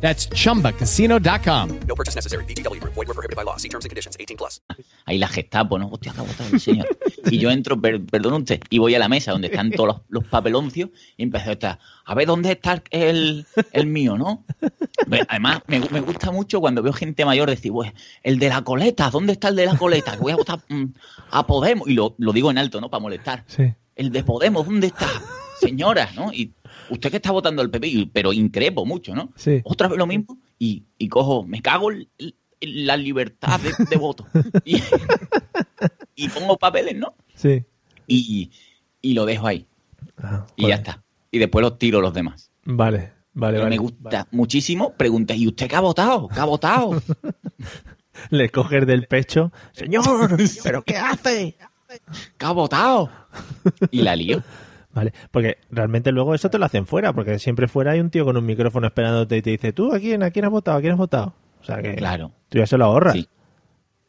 That's chumbacasino.com. No purchase necessary. VGW Group. Void were prohibited by law. See terms and conditions. 18 plus. ahí la Gestapo, ¿no? Hostia, acá votado el señor. Y yo entro, per- perdón usted, y voy a la mesa donde están todos los, los papeloncios y empecé a estar, a ver dónde está el, el mío, ¿no? Ve, Además, me, me gusta mucho cuando veo gente mayor decir, "Bueh, el de la coleta, ¿dónde está el de la coleta? Que voy a votar mm, a Podemos. Y lo, lo digo en alto, ¿no? Para molestar. Sí. El de Podemos, ¿dónde está? Señora, ¿no? Y usted que está votando al PP, y- pero increpo mucho, ¿no? Sí. Otra vez lo mismo y, y cojo, me cago en en la libertad de, [laughs] de voto. Y, y pongo papeles, ¿no? Sí. Y, y lo dejo ahí. Ah, Y ya está. Y después los tiro los demás. Vale, vale, Pero vale. me gusta muchísimo preguntas, ¿y usted qué ha votado? ¿Qué ha votado? Le coges del [laughs] pecho. Señor, ¿pero qué hace? ¿Qué ha votado? Y la [laughs] lío. Vale, porque realmente luego eso te lo hacen fuera, porque siempre fuera hay un tío con un micrófono esperándote y te dice, ¿tú a quién, a quién has votado? ¿A quién has votado? O sea que Claro. tú ya se lo ahorras. Sí.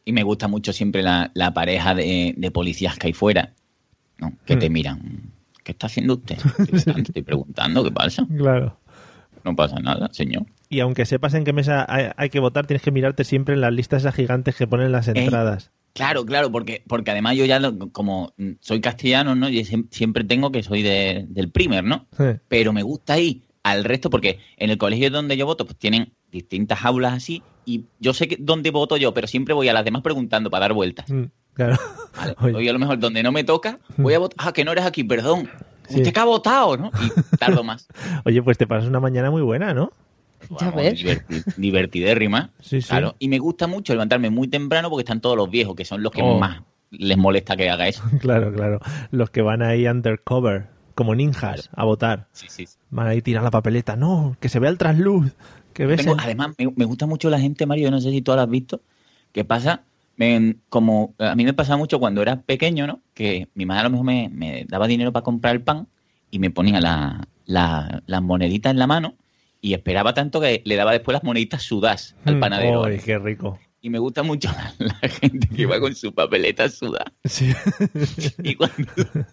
Y me gusta mucho siempre la, la pareja de, de policías que hay fuera, ¿no? que Mm. te miran. ¿Qué está [laughs] haciendo usted? Estoy votando, estoy preguntando, ¿qué pasa? Claro. No pasa nada, señor. Y aunque sepas en qué mesa hay, hay que votar, tienes que mirarte siempre en las listas esas gigantes que ponen en las entradas. Claro, claro, porque, porque además yo ya, lo- como mm, soy castellano, ¿no? Y siem- siempre tengo que soy de- del primer, ¿no? Sí. Pero me gusta ir al resto porque en el colegio donde yo voto, pues tienen distintas aulas así y yo sé que dónde voto yo, pero siempre voy a las demás preguntando para dar vueltas. Mm, Claro. Vale, Oye. voy a lo mejor donde no me toca, voy a votar, ah, que no eres aquí, perdón. Sí. Usted que ha votado, ¿no? Y [laughs] tardo más. Oye, pues te pasas una mañana muy buena, ¿no? Ya ves. divertidérrima. Sí, sí. Claro, y me gusta mucho levantarme muy temprano porque están todos los viejos, que son los que Oh. más les molesta que haga eso. [laughs] Claro, claro. Los que van ahí undercover, como ninjas, a votar. sí, sí. Van ahí tirar la papeleta. No, que se vea el trasluz. Que ves. Tengo- además, me, me gusta mucho la gente, Mario, yo no sé si tú la has visto, que pasa, me- como eh, a mí me pasaba mucho cuando era pequeño, ¿no? Que mi madre a lo mejor me, me daba dinero para comprar el pan y me ponía la- la- las moneditas en la mano y esperaba tanto que le daba después las moneditas sudadas Mm, al panadero. Uy, qué rico. Y me gusta mucho [laughs] la, la gente que va con su papeleta [laughs] sudada. Sí. Y cuando,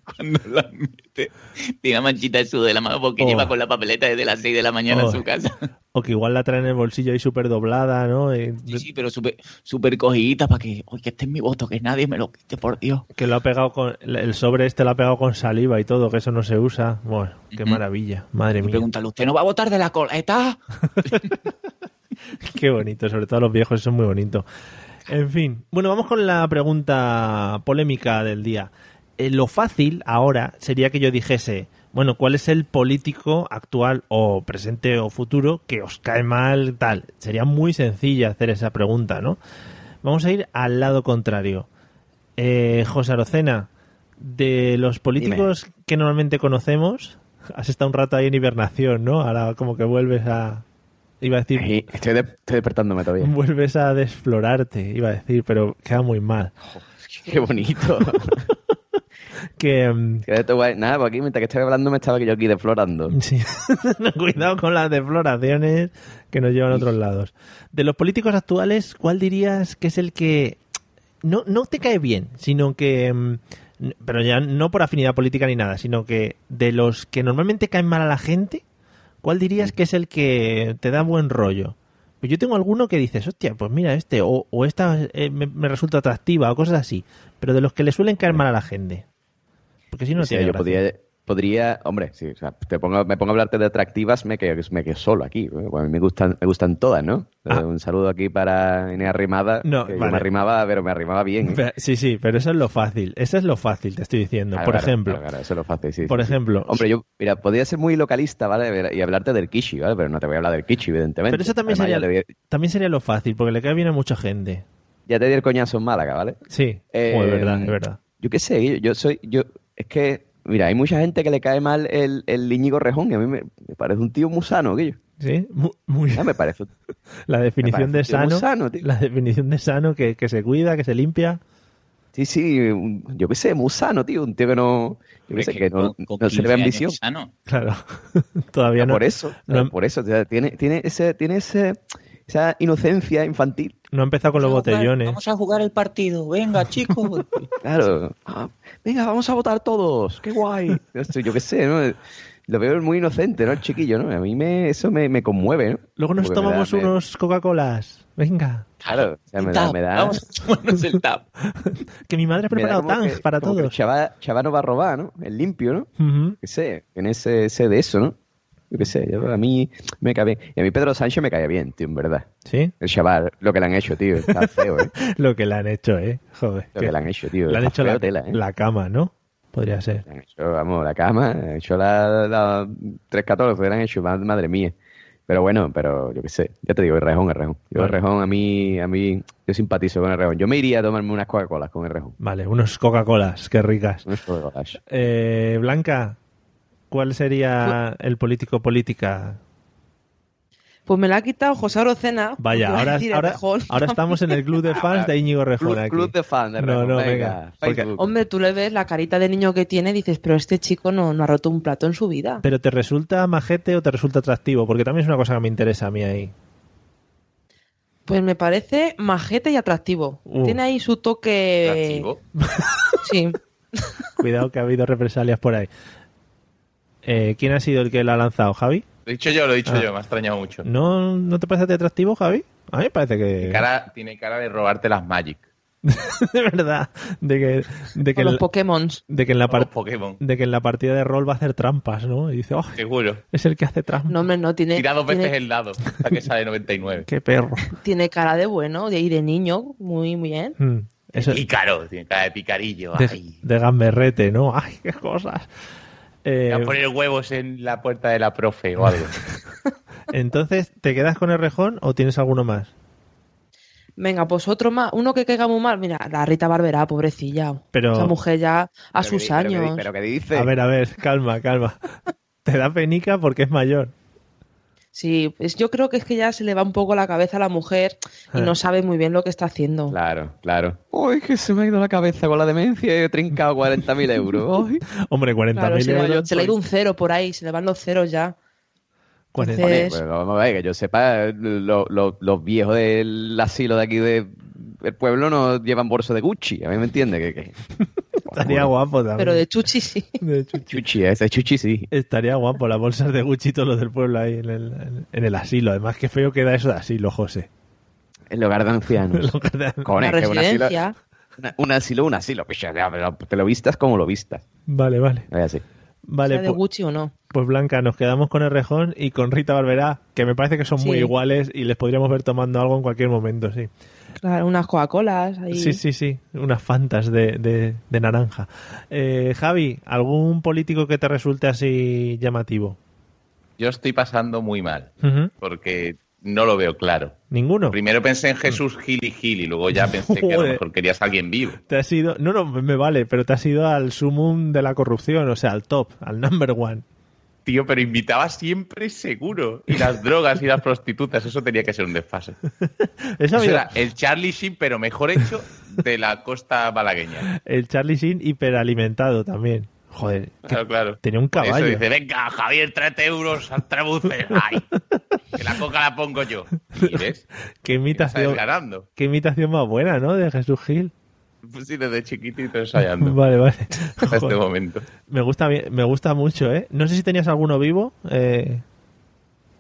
cuando la mete, tiene una manchita de sudor de la mano porque Oh. lleva con la papeleta desde las 6 de la mañana Oh. a su casa. O que igual la traen en el bolsillo ahí súper doblada, ¿no? Y- Sí, sí, pero súper super cogidita para que, oye, que este es mi voto, que nadie me lo quite, por Dios. Que lo ha pegado con. El sobre este lo ha pegado con saliva y todo, que eso no se usa. Bueno, qué Ujú. maravilla. Madre Y mía. preguntarle, ¿usted no va a votar de la coleta? [laughs] Qué bonito, sobre todo los viejos, eso es muy bonito. En fin, bueno, vamos con la pregunta polémica del día. Eh, lo fácil ahora sería que yo dijese, bueno, ¿cuál es el político actual o presente o futuro que os cae mal tal? Sería muy sencilla hacer esa pregunta, ¿no? Vamos a ir al lado contrario. Eh, José Arocena, de los políticos que normalmente conocemos, has estado un rato ahí en hibernación, ¿no? Ahora como que vuelves a... Iba a decir... estoy, de- estoy despertándome todavía. Vuelves a desflorarte, iba a decir, pero queda muy mal. Qué [laughs] bonito. que... mm, esto guay. Nada, pues aquí mientras que estaba hablando me estaba yo aquí deflorando. Sí. [laughs] Cuidado con las defloraciones que nos llevan a otros lados. De los políticos actuales, ¿cuál dirías que es el que no, no te cae bien, sino que... mm, n- Pero ya no por afinidad política ni nada, sino que de los que normalmente caen mal a la gente, ¿cuál dirías que es el que te da buen rollo? Pues yo tengo alguno que dices, hostia, pues mira este, o, o esta eh, me, me resulta atractiva, o cosas así. Pero de los que le suelen caer mal a la gente. Porque si no, O sea, tiene yo gracia. podría, podría, hombre, sí, o sea, te pongo, me pongo a hablarte de atractivas, me quedo, me quedo solo aquí. Bueno, a mí me gustan, me gustan todas, ¿no? Eh, Un saludo aquí para Inés Arrimada. Ah. No, que yo vale. me arrimaba, pero me arrimaba bien. ¿eh? Pero- sí, sí, pero eso es lo fácil. Eso es lo fácil, te estoy diciendo. Claro, por claro, ejemplo, claro, claro, eso es lo fácil, sí, por sí, sí. ejemplo. Hombre, yo, mira, podría ser muy localista, ¿vale? Y hablarte del Kishi, ¿vale? Pero no te voy a hablar del Kishi, evidentemente. pero eso también Además, sería, ya, te, di- también sería lo fácil, porque le cae bien a mucha gente. ya te di el coñazo en Málaga, ¿vale? Sí, Eh, Joder, verdad, es verdad. Yo qué sé, yo, yo soy, yo, es que, mira, hay mucha gente que le cae mal el, el Íñigo Rejón y a mí me, me parece un tío muy sano, aquello. Sí, mu- muy, Ya me parece. un- [laughs] la definición me parece de un tío sano, muy sano, tío. la definición de sano que, que se cuida, que se limpia. Sí, sí, un- yo qué sé, muy sano, tío, un tío que no, yo qué sé, que no, Con no se le 15 años ve ambición. sano. Claro, [laughs] todavía no. Ah, Por eso, No, por eso, o sea, tiene, tiene ese, tiene ese, esa inocencia infantil. no ha empezado con los botellones. Vamos a jugar el partido, venga, chicos. Claro. Ah, venga, vamos a votar todos. [laughs] Qué guay. No sé, Yo qué sé, ¿no? Lo veo muy inocente, ¿no? El chiquillo, ¿no? A mí me, eso me, me conmueve, ¿no? Luego nos Porque me da- tomamos me- unos Coca-Colas. Venga, Claro, o sea, me da, me da- Vamos [laughs] a tomarnos el [laughs] tap. que mi madre ha me da preparado como tangs que- para como que el todos. chaval, chaval no va a robar, ¿no? El limpio, ¿no? Ujú. qué sé, en ese, ese de eso, ¿no? Yo qué sé, yo- a mí me cae bien. Y a mí Pedro Sánchez me cae bien, tío, en verdad. ¿Sí? El chaval, lo que le han hecho, tío, está feo, [laughs] ¿eh? Lo que le han hecho, ¿eh? Joder. Lo que le han hecho, tío. Le han está hecho feo la, tela, ¿eh? la cama, ¿no? Podría ser. Le han hecho, vamos, la cama, le han hecho la, la 314, le han hecho, ma- madre mía. Pero bueno, pero yo qué sé, ya te digo, el rejón, el rejón. Yo el Vale. rejón, a mí, a mí, yo simpatizo con el rejón. Yo me iría a tomarme unas Coca-Colas con el rejón. Vale, unos Coca-Colas, qué ricas. Unas Coca-Colas. Eh, Blanca, ¿cuál sería el político política? [laughs] Pues me la ha quitado José Arocena. Vaya, [laughs] porque iba a ahora, decir el ahora, Rejón. ahora estamos en el club [laughs] de fans de Íñigo Rejón Club, aquí. club de fan de No, rejón, no, venga, venga. porque- Facebook. Hombre, tú le ves la carita de niño que tiene y dices, pero este chico no, no ha roto un plato en su vida. ¿Pero te resulta majete o te resulta atractivo? Porque también es una cosa que me interesa a mí ahí. Pues me parece majete y atractivo. Uh. Tiene ahí su toque. ¿Atractivo? [laughs] [laughs] Sí. Cuidado que ha habido represalias por ahí. Eh, ¿Quién ha sido el que la ha lanzado, Javi? Lo he dicho yo, lo he dicho Ah. yo, me ha extrañado mucho. ¿No, ¿No te parece atractivo, Javi? A mí me parece que... Tiene cara- tiene cara de robarte las Magic. [laughs] de verdad. De que, de que Con los la- Pokémon. de que en la Los par- Pokémon, de que en la partida de rol va a hacer trampas, ¿no? Y dice, "Oh, seguro. es el que hace trampas. No, hombre, no. Tiene, Tira dos tiene, veces el dado hasta que sale 99. Qué perro. tiene cara de bueno de- y de niño. Muy, muy bien. Mm, [laughs] Eso de, Pícaro, tiene cara de picarillo. Ay. de gamberrete, ¿no? [laughs] Ay, qué cosas. Eh, Voy a poner huevos en la puerta de la profe o algo. entonces, ¿te quedas con el rejón o tienes alguno más? Venga, pues otro más. Uno que caiga muy mal. Mira, la Rita Barberá, pobrecilla. Pero- Esa mujer ya a Pero que sus di- pero que di- años. Pero que A dice, ver, a ver, calma, calma. [laughs] Te da penica porque es mayor. Sí, pues yo creo que es que ya se le va un poco la cabeza a la mujer y Ah. no sabe muy bien lo que está haciendo. Claro, claro. Uy, que se me ha ido la cabeza con la demencia y he trincado 40.000 euros. Ay. Hombre, 40.000 Claro, se, le, euros. se le ha ido un cero por ahí, se le van los ceros ya. 40. Entonces- [laughs] Hombre, pues vamos a ver, que yo sepa, lo- lo- los viejos del asilo de aquí de- del pueblo no llevan bolso de Gucci. A mí me entiende que, [laughs] que- Estaría guapo también. Pero de Chuchi sí. De chuchi. Chuchi, ese Chuchi sí. Estaría guapo las bolsas de Gucci y todos los del pueblo ahí en el, en el asilo. Además, qué feo queda eso de asilo, José. [laughs] [laughs] El hogar de ancianos. Lo que te- Con La es que un asilo, residencia. una- un asilo, un asilo. Pues ya, pero te lo vistas como lo vistas. Vale, vale. Es así. Vale, sea de pu- Gucci o no. Pues Blanca, nos quedamos con el Rejón y con Rita Barberá, que me parece que son muy Sí. iguales y les podríamos ver tomando algo en cualquier momento, sí. Claro, unas Coca-Colas ahí. Sí, sí, sí, unas fantas de, de- de naranja. Eh, Javi, ¿algún político que te resulte así llamativo? Yo estoy pasando muy mal Ujú. porque no lo veo claro. ¿Ninguno? Primero pensé en Jesús Gil y Gil y luego ya pensé que a lo Joder. mejor querías a alguien vivo. Te has ido, no, no, me vale, pero te has ido al sumum de la corrupción, o sea, al top, al number one. tío, pero invitaba siempre seguro. Y las drogas y las prostitutas, eso tenía que ser un desfase. Eso vida- era el Charlie Sheen, pero mejor hecho, de la costa malagueña. El Charlie Sheen hiperalimentado también. Joder, que Claro, claro. tenía un Por caballo. Eso dice, venga, Javier, tráete euros al trabuce. Ay, que la coca la pongo yo. Y ves, qué imitación. sales ganando. Qué imitación más buena, ¿no? De Jesús Gil. Pues sí, desde chiquitito [laughs] ensayando. Vale, vale. Hasta este Joder. momento. Me gusta, bien- me gusta mucho, ¿eh? No sé si tenías alguno vivo. eh,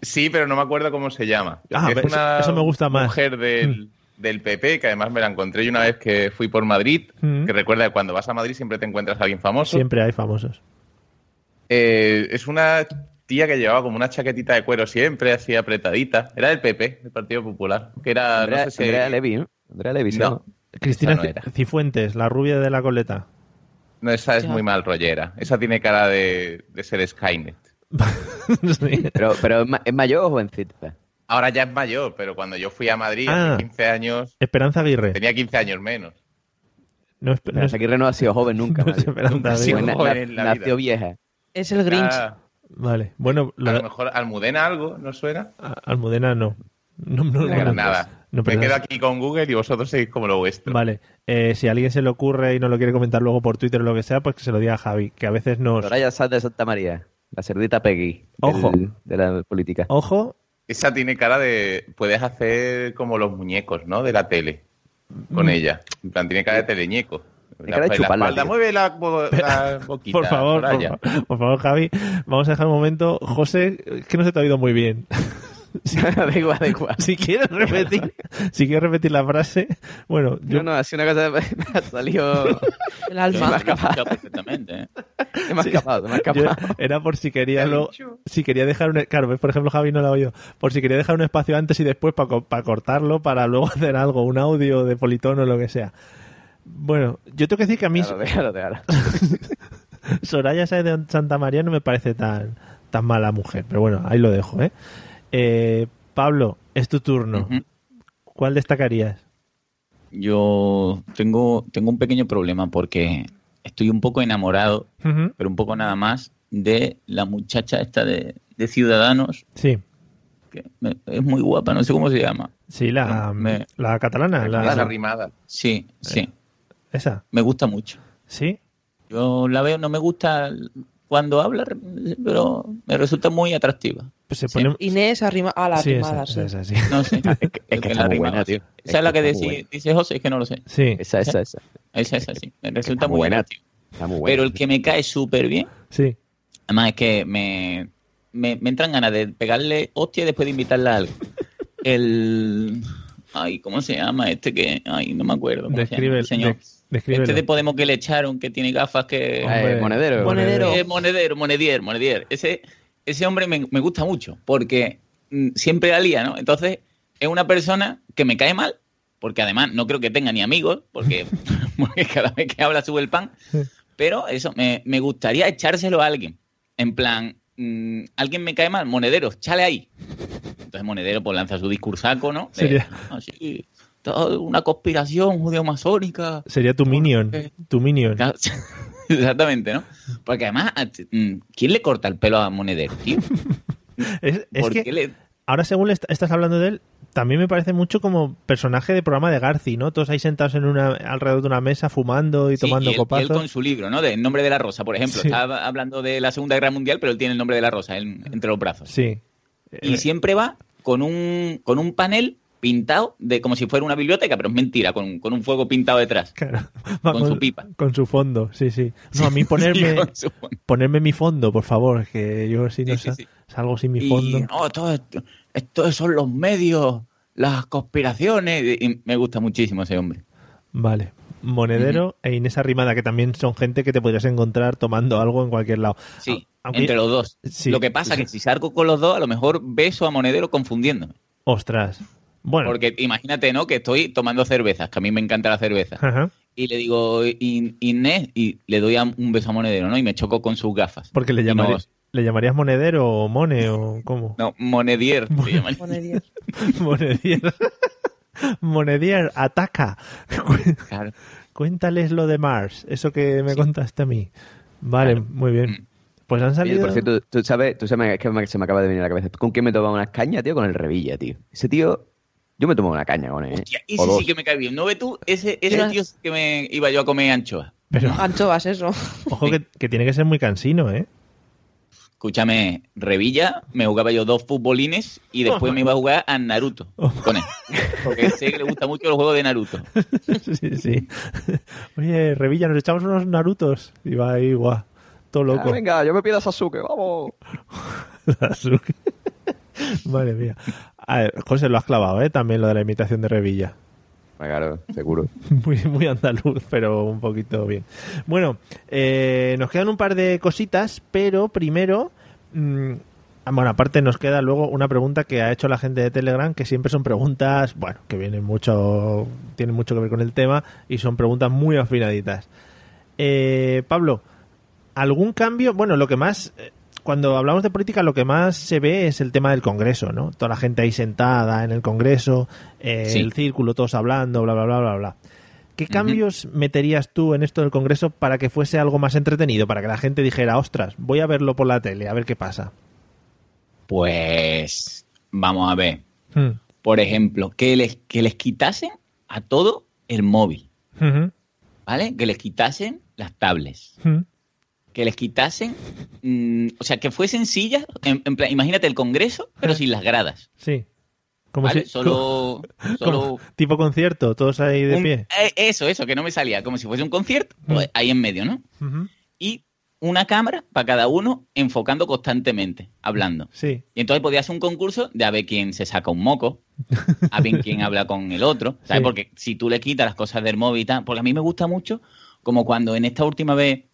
Sí, pero no me acuerdo cómo se llama. Ah, Es pero eso- una eso me gusta Hmm. más. mujer del, del PP, que además me la encontré yo una vez que fui por Madrid, Mm. que recuerda que cuando vas a Madrid siempre te encuentras a alguien famoso. siempre hay famosos. Eh, es una tía que llevaba como una chaquetita de cuero siempre, así apretadita. Era del PP, del Partido Popular. Que era, Andrea, no sé si... Andrea Levy, ¿no? Andrea Levy, se No. llama. Cristina no era. Cifuentes, la rubia de la [laughs] coleta. No, esa es muy mal rollera. Esa tiene cara de, de ser Skynet. Pero, pero es, ma- es mayor o jovencita. Ahora ya es mayor, pero cuando yo fui a Madrid Ah. hace 15 años, Esperanza Aguirre. tenía 15 años menos. No, es- no Pero es- Aguirre no ha sido joven nunca. [laughs] no es Mario. Esperanza Nunca ha sido Aguirre. na- joven na- en la vida. nació vieja. Es el Grinch. Ah, Vale. Bueno, lo- a lo mejor Almudena algo, ¿no suena? a- Almudena no. No, no, Venga, no. nada. No, Me perdón. quedo aquí con Google y vosotros seguís como lo vuestro. Vale, eh, si a alguien se le ocurre y no lo quiere comentar luego por Twitter o lo que sea, pues que se lo diga a Javi, que a veces nos... Soraya Sanz de Santa María, la cerdita Peggy. Ojo. del- de la política. Ojo, Esa tiene cara de. Puedes hacer como los muñecos, ¿no? De la tele. Con Mm. ella. En plan, tiene cara de teleñeco. Tiene cara de chuparla, espalda. tío. Mueve la, bo- la boquita. por favor, por, Soraya. fa- por favor, Javi, vamos a dejar un momento. José, es que no se te ha oído muy bien. [laughs] [laughs] da igual, da igual. Si quieres repetir, si quieres repetir la frase, bueno, yo No, no, ha sido una cosa me [laughs] ha salido... El Se me ha alma. escapado, perfectamente. ¿eh? se me ha escapado, se me ha yo- escapado. era por si quería lo- si quería dejar un e, claro, ves, por ejemplo, Javi no la ha oído, por si quería dejar un espacio antes y después para cortarlo para luego [laughs] hacer algo, un audio de politono o lo que sea. Bueno, yo tengo que decir que a mí Déjalo, déjalo, déjalo. [laughs] Soraya Sáez de Santa María no me parece tan, tan mala mujer, pero bueno, ahí lo dejo, ¿eh? Eh, Pablo, es tu turno. Ujú. ¿Cuál destacarías? Yo tengo, tengo un pequeño problema porque estoy un poco enamorado, Ujú. pero un poco nada más, de la muchacha esta de, de Ciudadanos, Sí, que me- es muy guapa, no sé cómo se llama. sí, la, mm, Me- la catalana, la- Más arrimada. Sí, sí, esa, me gusta mucho. sí. Yo la veo, no me gusta cuando habla, pero me resulta muy atractiva. Pues se pone... Inés arrima a la sí, arrimada, esa, sí. esa, sí. [laughs] No [laughs] sé. Es que, es que está muy buena, tío. Esa es la que está muy dice, dice José, es que no lo sé. Sí, buena. Esa, esa, esa. Esa, esa, sí. Me resulta está muy muy buena, atractiva. Está muy buena. Pero el que me cae súper bien, sí. además es que me, me, me entran ganas de pegarle hostia y después de invitarla a algo. El. Ay, ¿cómo se llama este que.? Ay, no me acuerdo. ¿cómo se llama? Describe, El señor. de- descríbelo. Este de Podemos que le echaron, que tiene gafas que. Ah, eh, Monedero. Monedero. Eh, monedero, monedier, monedier. Ese, ese hombre me, me gusta mucho porque mm, siempre la lía, ¿no? Entonces es una persona que me cae mal, porque además no creo que tenga ni amigos, porque, [laughs] porque cada vez que habla sube el pan. Pero eso, me, me gustaría echárselo a alguien. En plan, mm, alguien me cae mal, monedero, chale ahí. Entonces Monedero pues lanza su discursaco, ¿no? De, Sería- "Ah, sí, todo una conspiración judeo-masónica. Sería tu minion, Eh. tu minion. Claro, [laughs] Exactamente, ¿no? Porque además, a- mm, ¿quién le corta el pelo a Monedero, tío? Es, [laughs] es ¿Por qué que le- ahora según le est- estás hablando de él, también me parece mucho como personaje de programa de Garci, ¿no? Todos ahí sentados en una alrededor de una mesa fumando y Sí, tomando y él- y él copazos. con su libro, ¿no? De El nombre de la rosa, por ejemplo. Sí. Está hablando de la Segunda Guerra Mundial, pero él tiene el nombre de la rosa en- entre los brazos. Sí. Y Eh, siempre va con un, con un panel pintado de como si fuera una biblioteca, pero es mentira, con, con un fuego pintado detrás. [laughs] claro. Va Con, su pipa. Con su fondo, sí, sí. No, a [laughs] mí ponerme, Y con su- ponerme mi fondo, por favor, que yo si no Sí, sí, sa- sí. salgo sin mi Y, fondo. no, todo esto, estos son los medios, las conspiraciones. y- y me gusta muchísimo ese hombre. Vale. Monedero e Inés Arrimada, que también son gente que te podrías encontrar tomando algo en cualquier lado. Sí, A- Ah, aunque- entre los dos. Sí. Lo que pasa que si salgo con los dos, a lo mejor beso a Monedero confundiéndome. Ostras. Bueno. Porque imagínate, ¿no? Que estoy tomando cervezas, que a mí me encanta la cerveza. Ajá. Y le digo, "In- Inés, y le doy a- un beso a Monedero, ¿no? Y me choco con sus gafas. Porque le, Y llamaré- nos- le llamarías monedero o mone o cómo. No, Monedier. le [laughs] llaman. Monedier. Monedier. [laughs] Monedier, ataca. [laughs] Cu- Claro. Mm. Cuéntales lo de Mars, eso que me contaste a mí. Vale, muy bien. Pues han salido. Oye, por cierto, tú sabes, tú sabes es que me- se me acaba de venir a la cabeza. ¿Con quién me tomaba unas cañas, tío? Con el Revilla, tío. Ese tío, yo me tomaba una caña con él. ¿eh? Hostia, O ese dos. sí que me cae bien. ¿No ve tú? Ese, ese Pero- tío sí que me iba yo a comer anchoa. [laughs] Pero, [laughs] Anchovas, eso. ojo, que, que tiene que ser muy cansino, ¿eh? Escúchame, Revilla, me jugaba yo dos futbolines y después me iba a jugar a Naruto [laughs] con él. Porque sé que le gusta mucho los juegos de Naruto. [laughs] sí, sí. Oye, Revilla, nos echamos unos Narutos. Y va ahí, guau. Todo Ah, loco. [laughs] venga, yo me pido a Sasuke, vamos. Sasuke. Madre mía. A ver, José, lo has clavado, ¿eh? También lo de la imitación de Revilla. Ah, Claro, seguro. [laughs] Muy, muy andaluz, pero un poquito bien. Bueno, eh, nos quedan un par de cositas, pero primero... mm, ah, bueno, aparte nos queda luego una pregunta que ha hecho la gente de Telegram, que siempre son preguntas, bueno, que vienen mucho, tienen mucho que ver con el tema y son preguntas muy afinaditas. Eh, Pablo, ¿algún cambio? Bueno, lo que más, eh, cuando hablamos de política, lo que más se ve es el tema del Congreso, ¿no? Toda la gente ahí sentada en el Congreso, eh, Sí. el círculo, todos hablando, bla, bla, bla, bla, bla. ¿Qué cambios meterías tú en esto del Congreso para que fuese algo más entretenido? Para que la gente dijera, ostras, voy a verlo por la tele, a ver qué pasa. Pues vamos a ver. Hmm. Por ejemplo, que les, que les quitasen a todo el móvil, ¿vale? Que les quitasen las tablets. Hmm. Que les quitasen, mm, o sea, que fuesen sillas, en- en plan, imagínate el Congreso, pero sin las gradas. Sí. Como ¿vale? si- solo, solo como- tipo concierto, todos ahí de un- pie. Mm. eh, eso, eso, que no me salía, como si fuese un concierto, pues, ahí en medio, ¿no? Ujú. Y una cámara para cada uno enfocando constantemente, hablando. Sí. Y entonces podías hacer un concurso de a ver quién se saca un moco, a ver [laughs] quién habla con el otro, ¿sabes? Sí. Porque si tú le quitas las cosas del móvil y tal, porque a mí me gusta mucho, como cuando en esta última vez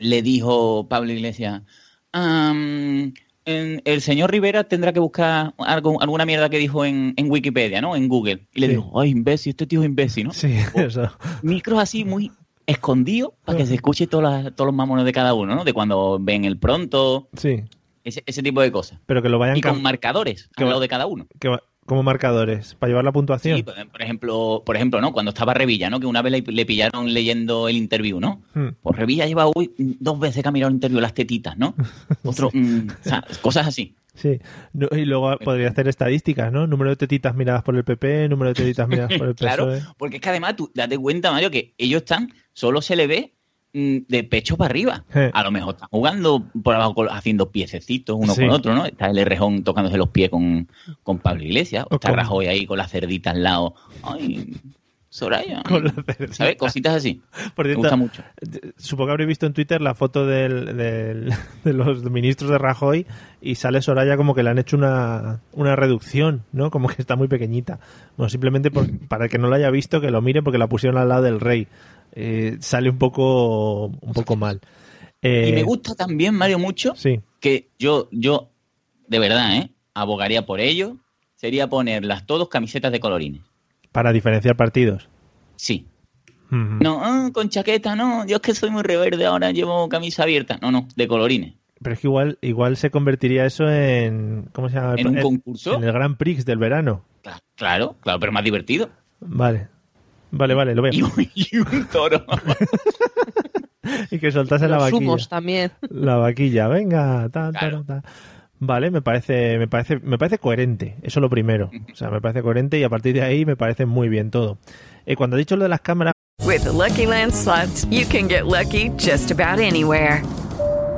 le dijo Pablo Iglesias, "Am, en- el señor Rivera tendrá que buscar algo- alguna mierda que dijo en, en Wikipedia, ¿no? En Google. Y le Sí. dijo, ay, imbécil, este tío es imbécil, ¿no? Sí, [laughs] eso. Micros así muy escondidos para que se escuche todas las- todos los mamones de cada uno, ¿no? De cuando ven el pronto, Sí. ese, ese tipo de cosas. Pero que lo vayan Y con cam- marcadores que al va- lado de cada uno. que va- como marcadores, para llevar la puntuación. Sí, por por ejemplo, por ejemplo, ¿no? Cuando estaba Revilla, ¿no? Que una vez le, le pillaron leyendo el interview, ¿no? Hmm. Pues Revilla lleva hoy mm, dos veces que ha mirado el interview las tetitas, [laughs] ¿no? Otro, mm, o sea, cosas [laughs] así. Sí. No, y luego podría hacer estadísticas, ¿no? Número de tetitas miradas por el PP, número de tetitas miradas por el PSOE. [laughs] Claro, porque es que además tú date cuenta, Mario, que ellos están, solo se le ve mm, de pecho para arriba. Eh. A lo mejor están jugando por abajo, con- haciendo piececitos uno Sí. con otro, ¿no? Está el Rejón tocándose los pies con, con Pablo Iglesias, o está con- Rajoy ahí con la cerdita al lado. Ay, Soraya. Con la cerdita. ¿Sabes? Cositas [laughs] así. E. Por Me cierto, gusta mucho. d- Supongo que habréis visto en Twitter la foto del- del- [laughs] de los ministros de Rajoy y sale Soraya como que le han hecho una, una reducción, ¿no? Como que está muy pequeñita. Bueno, simplemente por- [laughs] para el que no lo haya visto, que lo mire porque la pusieron al lado del rey. Eh, sale un poco, un poco mal. Eh, Y me gusta también, Mario, mucho Sí. que yo, yo, de verdad, ¿eh? abogaría por ello, sería ponerlas todos camisetas de colorines. Para diferenciar partidos. Sí. Ujú. No, ah, con chaqueta, no, yo es que soy muy reverde, ahora llevo camisa abierta. No, no, de colorines. Pero es que igual, igual se convertiría eso en. ¿Cómo se llama? ¿En un Eh, concurso? En el Grand Prix del verano. Cla- Claro, claro, pero más divertido. [laughs] Vale. Vale, vale, lo veo. Y un, y un toro. [laughs] Y que soltase la Los vaquilla. humos también. La vaquilla, venga, ta, ta, Claro. ta, ta. Vale, me parece, me parece, me parece coherente, eso lo primero. O sea, me parece coherente y a partir de ahí me parece muy bien todo. Eh, cuando he dicho lo de las cámaras, With the Lucky Land slots, you can get lucky just about anywhere.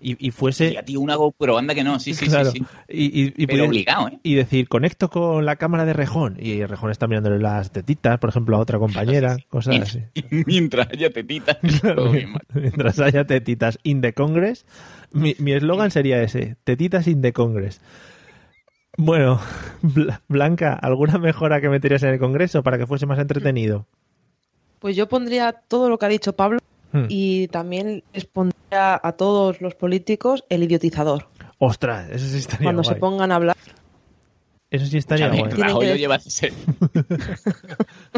y, y fuese. [laughs] Y a ti una GoPro, anda que no, sí, sí, Claro. sí. sí. Y, y- y Pero pudiera- obligado, ¿eh? y decir, conecto con la cámara de Rejón. Y Rejón está mirándole las tetitas, por ejemplo, a otra [laughs] compañera, cosas así. Mientras haya tetita. todo bien, Mario. Mientras haya tetitas in the Congress, mi mi eslogan sería ese, tetitas in the Congress. Bueno, [laughs] Bla- Blanca, ¿alguna mejora que meterías en el Congreso para que fuese más entretenido? Pues yo pondría todo lo que ha dicho Pablo Hmm. y también les pondría a todos los políticos el idiotizador. Ostras, eso sí estaría Cuando guay. se pongan a hablar. Eso sí estaría Escúchame, guay. Rajoy lo lleva ese-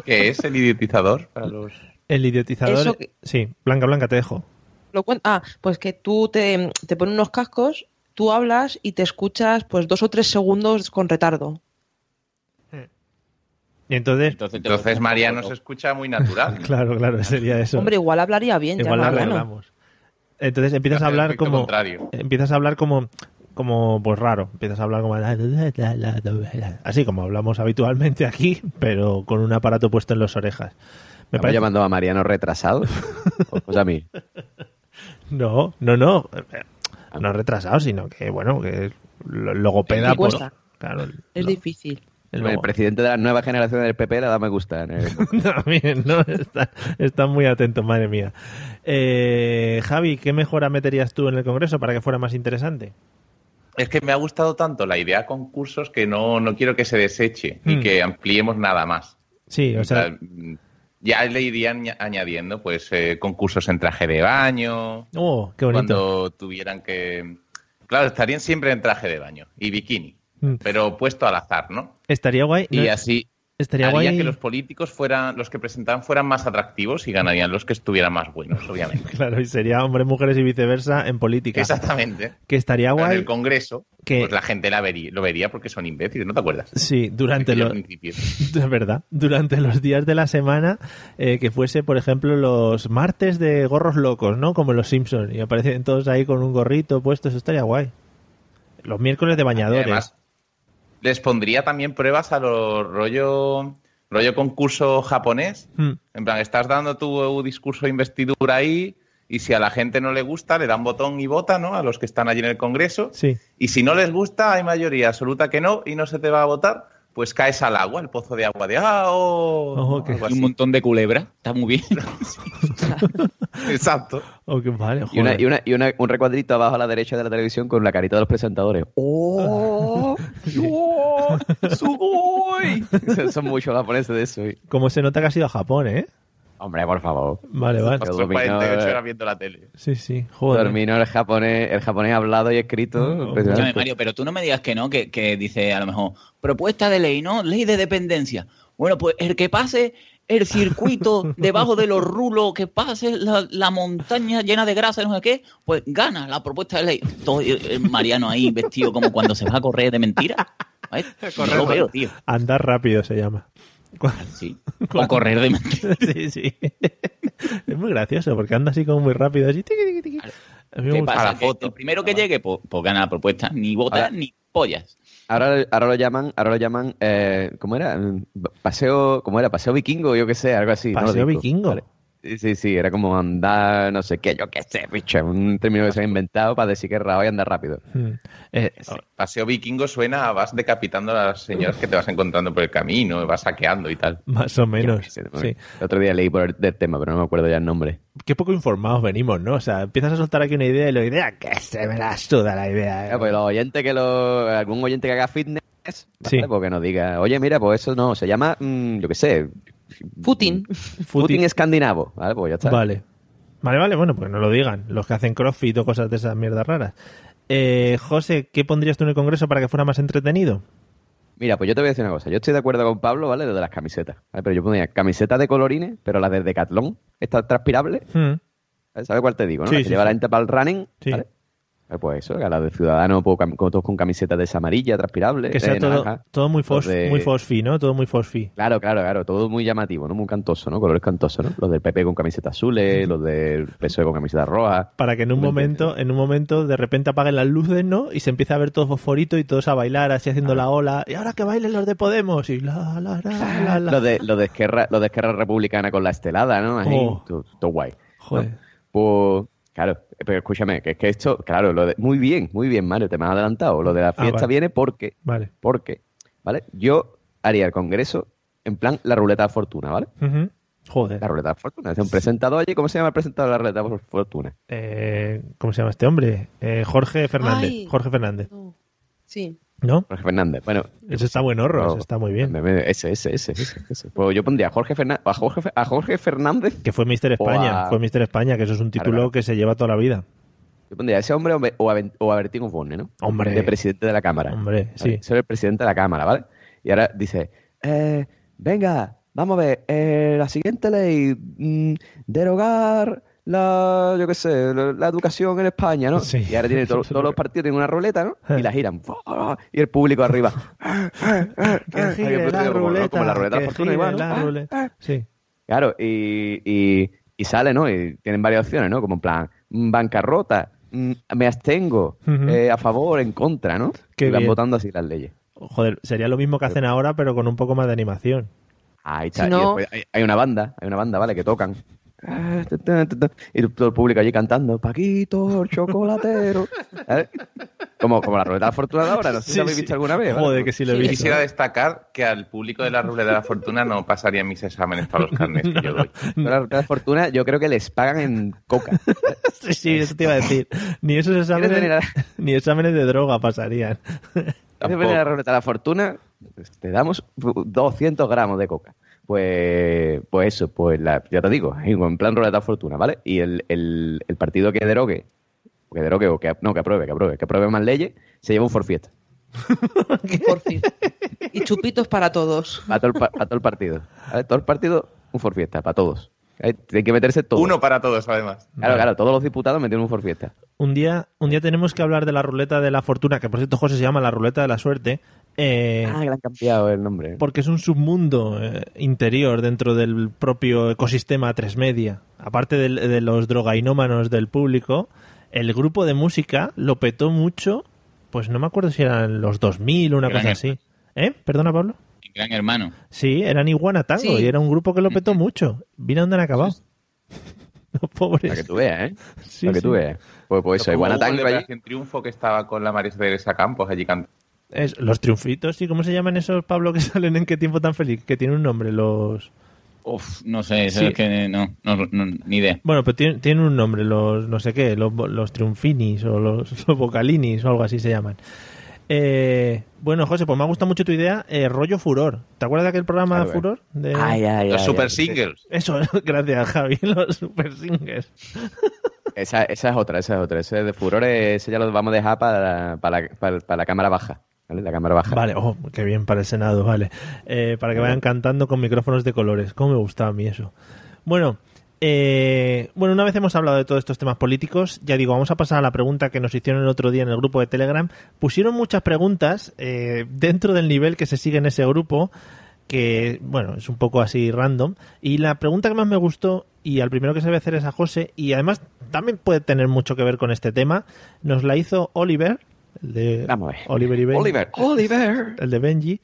¿Qué es el [laughs] idiotizador? Para los... El idiotizador. Eso que- Sí, Blanca, Blanca, te dejo. Lo cuen- ah, pues que tú te, te pones unos cascos, tú hablas y te escuchas pues dos o tres segundos con retardo. Y entonces. Entonces María no se escucha [laughs] muy natural. Claro, claro, sería eso. Hombre, igual hablaría bien. ya Igual la Mariano. arreglamos. Entonces empiezas a Hace el hablar efecto como. contrario. Empiezas a hablar como. Como, pues raro. Empiezas a hablar como. Así como hablamos habitualmente aquí, pero con un aparato puesto en las orejas. ¿Me parece- llamando a [laughs] Mariano retrasado? O- Pues a mí. No, no, no. No retrasado, sino que, bueno, que lo- logopeda. Sí, pues, cuesta. claro, Es difícil. el El, logo. presidente de la nueva generación del PP le da me gusta. ¿eh? [laughs] en el- También, ¿no? Está, está muy atento, madre mía. Eh, Javi, ¿qué mejora meterías tú en el Congreso para que fuera más interesante? Es que me ha gustado tanto la idea con cursos que no, no quiero que se deseche y Mm. que ampliemos nada más. Sí, o sea, Mm, Ya le irían añ- añadiendo pues eh, concursos en traje de baño, oh, qué bonito. cuando tuvieran que... Claro, estarían siempre en traje de baño y bikini, Mm. pero puesto al azar, ¿no? Estaría guay. ¿no? Y así Estaría haría guay. que los políticos fueran, los que presentaban fueran más atractivos y ganarían los que estuvieran más buenos, [laughs] obviamente. Claro, y sería hombres, mujeres y viceversa en política. Exactamente. Que estaría En guay. el Congreso, que- pues la gente la vería, lo vería porque son imbéciles, ¿no te acuerdas? Sí, durante Aquello los. al principio. [laughs] Es verdad. Durante los días de la semana, eh, que fuese, por ejemplo, los martes de gorros locos, ¿no? Como los Simpsons. Y aparecen todos ahí con un gorrito puesto. Eso estaría guay. Los miércoles de bañadores. además, Les pondría también pruebas a los rollo, rollo concurso japonés. Hmm. En plan, estás dando tu discurso de investidura ahí y si a la gente no le gusta, le dan botón y vota, ¿no? A los que están allí en el Congreso. Sí. Y si no les gusta, hay mayoría absoluta que no y no se te va a votar, pues caes al agua, al pozo de agua de ah, oh, Ojo, que- algo Y un así. montón de culebra. Está muy bien. [laughs] Exacto. Oh, que vale, Y, una- joder. y una- y una- un recuadrito abajo a la derecha de la televisión con la carita de los presentadores. [laughs] ¡Oh! ¡Oh! ¡Sugoi! Son muchos japoneses de eso. y- Como se nota que has ido a Japón, ¿eh? Hombre, por favor. Vale, vale. Yo Pasó dominaba- 48 eh. horas viendo la tele. Sí, sí. Joder. Dormino el japonés, el japonés hablado y escrito. impresionante. Escúchame, Mario, pero tú no me digas que no, que, que dice a lo mejor propuesta de ley, ¿no? Ley de dependencia. Bueno, pues el que pase el circuito debajo de los rulos, que pase la, la montaña llena de grasa, no sé qué, pues gana la propuesta de ley. Todo el, el Mariano ahí vestido como cuando se va a correr de mentira. ¿Sabes? Yo Correr, lo ¿no? veo, tío. Andar rápido se llama. Sí. O correr de mentira. [laughs] sí, sí. Es muy gracioso porque anda así como muy rápido. Así, tiqui, tiqui, tiqui. A mí me ¿Qué gusta. pasa? Que el primero que llegue, pues, pues gana la propuesta. Ni vota, Ahora- ni pollas. Ahora, ahora lo llaman, ahora lo llaman, eh, ¿cómo era? Mm, Paseo, ¿cómo era? Paseo vikingo, yo qué sé, algo así. no lo Paseo digo. vikingo. Vale. Sí, sí, sí, era como andar, no sé qué, yo qué sé, bicho, un término que se ha inventado para decir que Rajoy anda rápido. Mm. Eh, Paseo vikingo suena a vas decapitando a las señoras que te vas encontrando por el camino, vas saqueando y tal. oh, Más o Yo qué menos. sé, Sí. El otro día leí por el, del tema, pero no me acuerdo ya el nombre. Qué poco informados venimos, ¿no? O sea, empiezas a soltar aquí una idea y la idea, que se me la suda la idea. Ah, pues los oyentes que lo, algún oyente que haga fitness, ¿vale? Sí. Porque nos diga, oye, mira, pues eso no, se llama, mm, yo qué sé, mm, Putin. footing escandinavo, ¿vale? Pues ya está. eh. Vale. Vale, vale, bueno, pues no lo digan. Los que hacen crossfit o cosas de esas mierdas raras. Eh, José, ¿qué pondrías tú en el Congreso para que fuera más entretenido? Mira, pues yo te voy a decir una cosa. Yo estoy de acuerdo con Pablo, ¿vale? Lo de las camisetas. ¿vale? Pero yo ponía camisetas de colorines, pero las de Decathlon, estas transpirables. Mm. ¿vale? ¿Sabes cuál te digo? ¿no? Sí, Las que sí, lleva sí. la gente para el running. Sí. ¿vale? Eh, Pues eso, que las de Ciudadano, pues, cam- con- todos con camisetas de esa amarilla, transpirable. Que sea eh, todo, naranja. todo muy, fos, Los de- muy fosfi, ¿no? Todo muy fosfi. Claro, claro, claro. Todo muy llamativo, ¿no? Muy cantoso, ¿no? Colores cantosos, ¿no? Los del PP con camisetas azules, los del PSOE E con camisetas rojas. Para que en un Me momento, en un momento, de repente apaguen las luces, ¿no? Y se empiece a ver todo fosforito y todos a bailar, así haciendo la ola. Y ahora que bailen los de Podemos. Y la, la, [laughs] la, la, la. Los de, los de, Esquerra, los de Esquerra Republicana con la estelada, ¿no? Ahí, Oh. todo, todo guay. Joder. Pues, claro, pero escúchame, que es que esto, claro, lo de- muy bien, muy bien, Mario, te me has adelantado. Lo de la fiesta Ah, vale. viene porque, Vale. porque, ¿vale? Yo haría el congreso en plan la ruleta de fortuna, ¿vale? Ujú. Joder. La ruleta de fortuna. Es un presentador allí, ¿cómo se llama el presentador de la ruleta de fortuna? Eh, ¿Cómo se llama este hombre? Eh, Jorge Fernández. Ay. Jorge Fernández. No. Sí. ¿No? Jorge Fernández. Bueno, Ese está buen horror, No. ese está muy bien. ese, ese, ese, ese, ese. Pues yo pondría a Jorge Fernández, a Jorge, Fe- a Jorge Fernández Que fue Mister O España, a- fue Mister España, que eso es un título claro. que se lleva toda la vida. Yo pondría a ese hombre o, o a, Ben- o a Bertín Osborne, ¿no? Hombre. De presidente de la Cámara. Hombre, [laughs] ¿vale? sí. Ser el presidente de la Cámara, ¿vale? Y ahora dice, eh, venga, vamos a ver, eh, la siguiente ley, mm, derogar la, yo qué sé, la, la educación en España, ¿no? Sí. Y [laughs] ahora tiene todo- todos los partidos tienen una ruleta, ¿no? Eh. Y la giran. Y el público arriba. Que Ay, gire pues, la digo, como, ¿no? ruleta. Como la ruleta de que la fortuna gire igual, ¿no? la Ah, ruleta. Sí. Claro, y, y, y sale, ¿no? Y tienen varias opciones, ¿no? Como en plan, mm, bancarrota, mm, me abstengo, Ujú. eh, a favor, en contra, ¿no? Qué y van bien. votando así las leyes. Joder, sería lo mismo que hacen ahora, pero con un poco más de animación. Ahí Si está. y no- después hay, hay una banda, hay una banda, ¿vale? Que tocan. Ah, ta, ta, ta, ta. Y todo el público allí cantando, Paquito, el [laughs] chocolatero. ¿Sabes? Como, como la ruleta de la fortuna de ahora, no sé si Sí, lo habéis sí. visto alguna vez. ¿vale? Joder, que sí lo he visto. Quisiera destacar que al público de la ruleta de la fortuna no pasarían mis exámenes para los carnes que yo doy. Pero La ruleta de la fortuna yo creo que les pagan en [laughs] coca. [laughs] Sí, sí, eso te iba a decir. Ni [laughs] esos venir exámenes, a- ni exámenes de droga pasarían. ¿Quieres venir a la ruleta de la fortuna? Pues te damos 200 gramos de coca. Pues, pues eso, pues la, ya te digo, en plan ruleta de la fortuna, ¿vale? Y el, el- el partido que derogue, o que derogue, o que, no, que apruebe, que apruebe, que apruebe más leyes, se lleva un forfiesta. Y chupitos para todos. Para todo, el pa- para todo el partido. ¿vale? Todo el partido, un forfiesta, para todos. Ahí Tienen que meterse [laughs] todos. Uno para todos, además. Claro, claro, todos los diputados metieron un forfiesta. Un día, un día tenemos que hablar de la ruleta de la fortuna, que por cierto, José, se llama la ruleta de la suerte. eh, Ah, que le han cambiado el nombre. ¿eh? porque es un submundo eh, interior dentro del propio ecosistema tres media. Aparte del- de los drogainómanos del público, el grupo de música lo petó mucho, pues no me acuerdo si eran los 2000 o una Gran cosa así. ¿Eh? ¿Perdona, Pablo? Gran hermano. Sí, eran Iguana Tango Sí. y era un grupo que lo petó mucho. Mira dónde han acabado. [laughs] Los pobres. Para que tú veas, ¿eh? Sí, para que tú sí. veas. Pues, pues eso, Como igual hubo el de Operación Triunfo que estaba con la María Teresa Campos allí cantando. Es- los triunfitos, ¿y cómo se llaman esos, Pablo, que [laughs] salen en qué tiempo tan feliz? Que tiene un nombre, los... Uf, no sé, eso Sí. es que no, no, no, ni idea. Bueno, pero tienen, tienen un nombre, los no sé qué, los, los triunfinis o los, [laughs] los vocalinis o algo así se llaman. Eh, bueno, José, pues me ha gustado mucho tu idea, eh, rollo furor. ¿Te acuerdas de aquel programa Claro, eh. Furor? De... Ay, ay, Los ay, super ay. singles. Eso, [laughs] gracias, Javi, los super singers. Esa, esa es otra, esa es otra. Ese de furor, ese ya lo vamos a dejar para, para, para- para la cámara baja. ¿Vale? La cámara [laughs] baja. Vale, oh, qué bien para el Senado, vale. Eh, para que vayan cantando con micrófonos de colores. Cómo me gustaba a mí eso. Bueno, eh, bueno, una vez hemos hablado de todos estos temas políticos, ya digo, vamos a pasar a la pregunta que nos hicieron el otro día en el grupo de Telegram. Pusieron muchas preguntas eh, dentro del nivel que se sigue en ese grupo, que, bueno, es un poco así random. Y la pregunta que más me gustó, y al primero que se debe hacer es a José, y además también puede tener mucho que ver con este tema, nos la hizo Oliver, el de Vamos a ver. Oliver y Ben. Oliver. Oliver. El de Benji.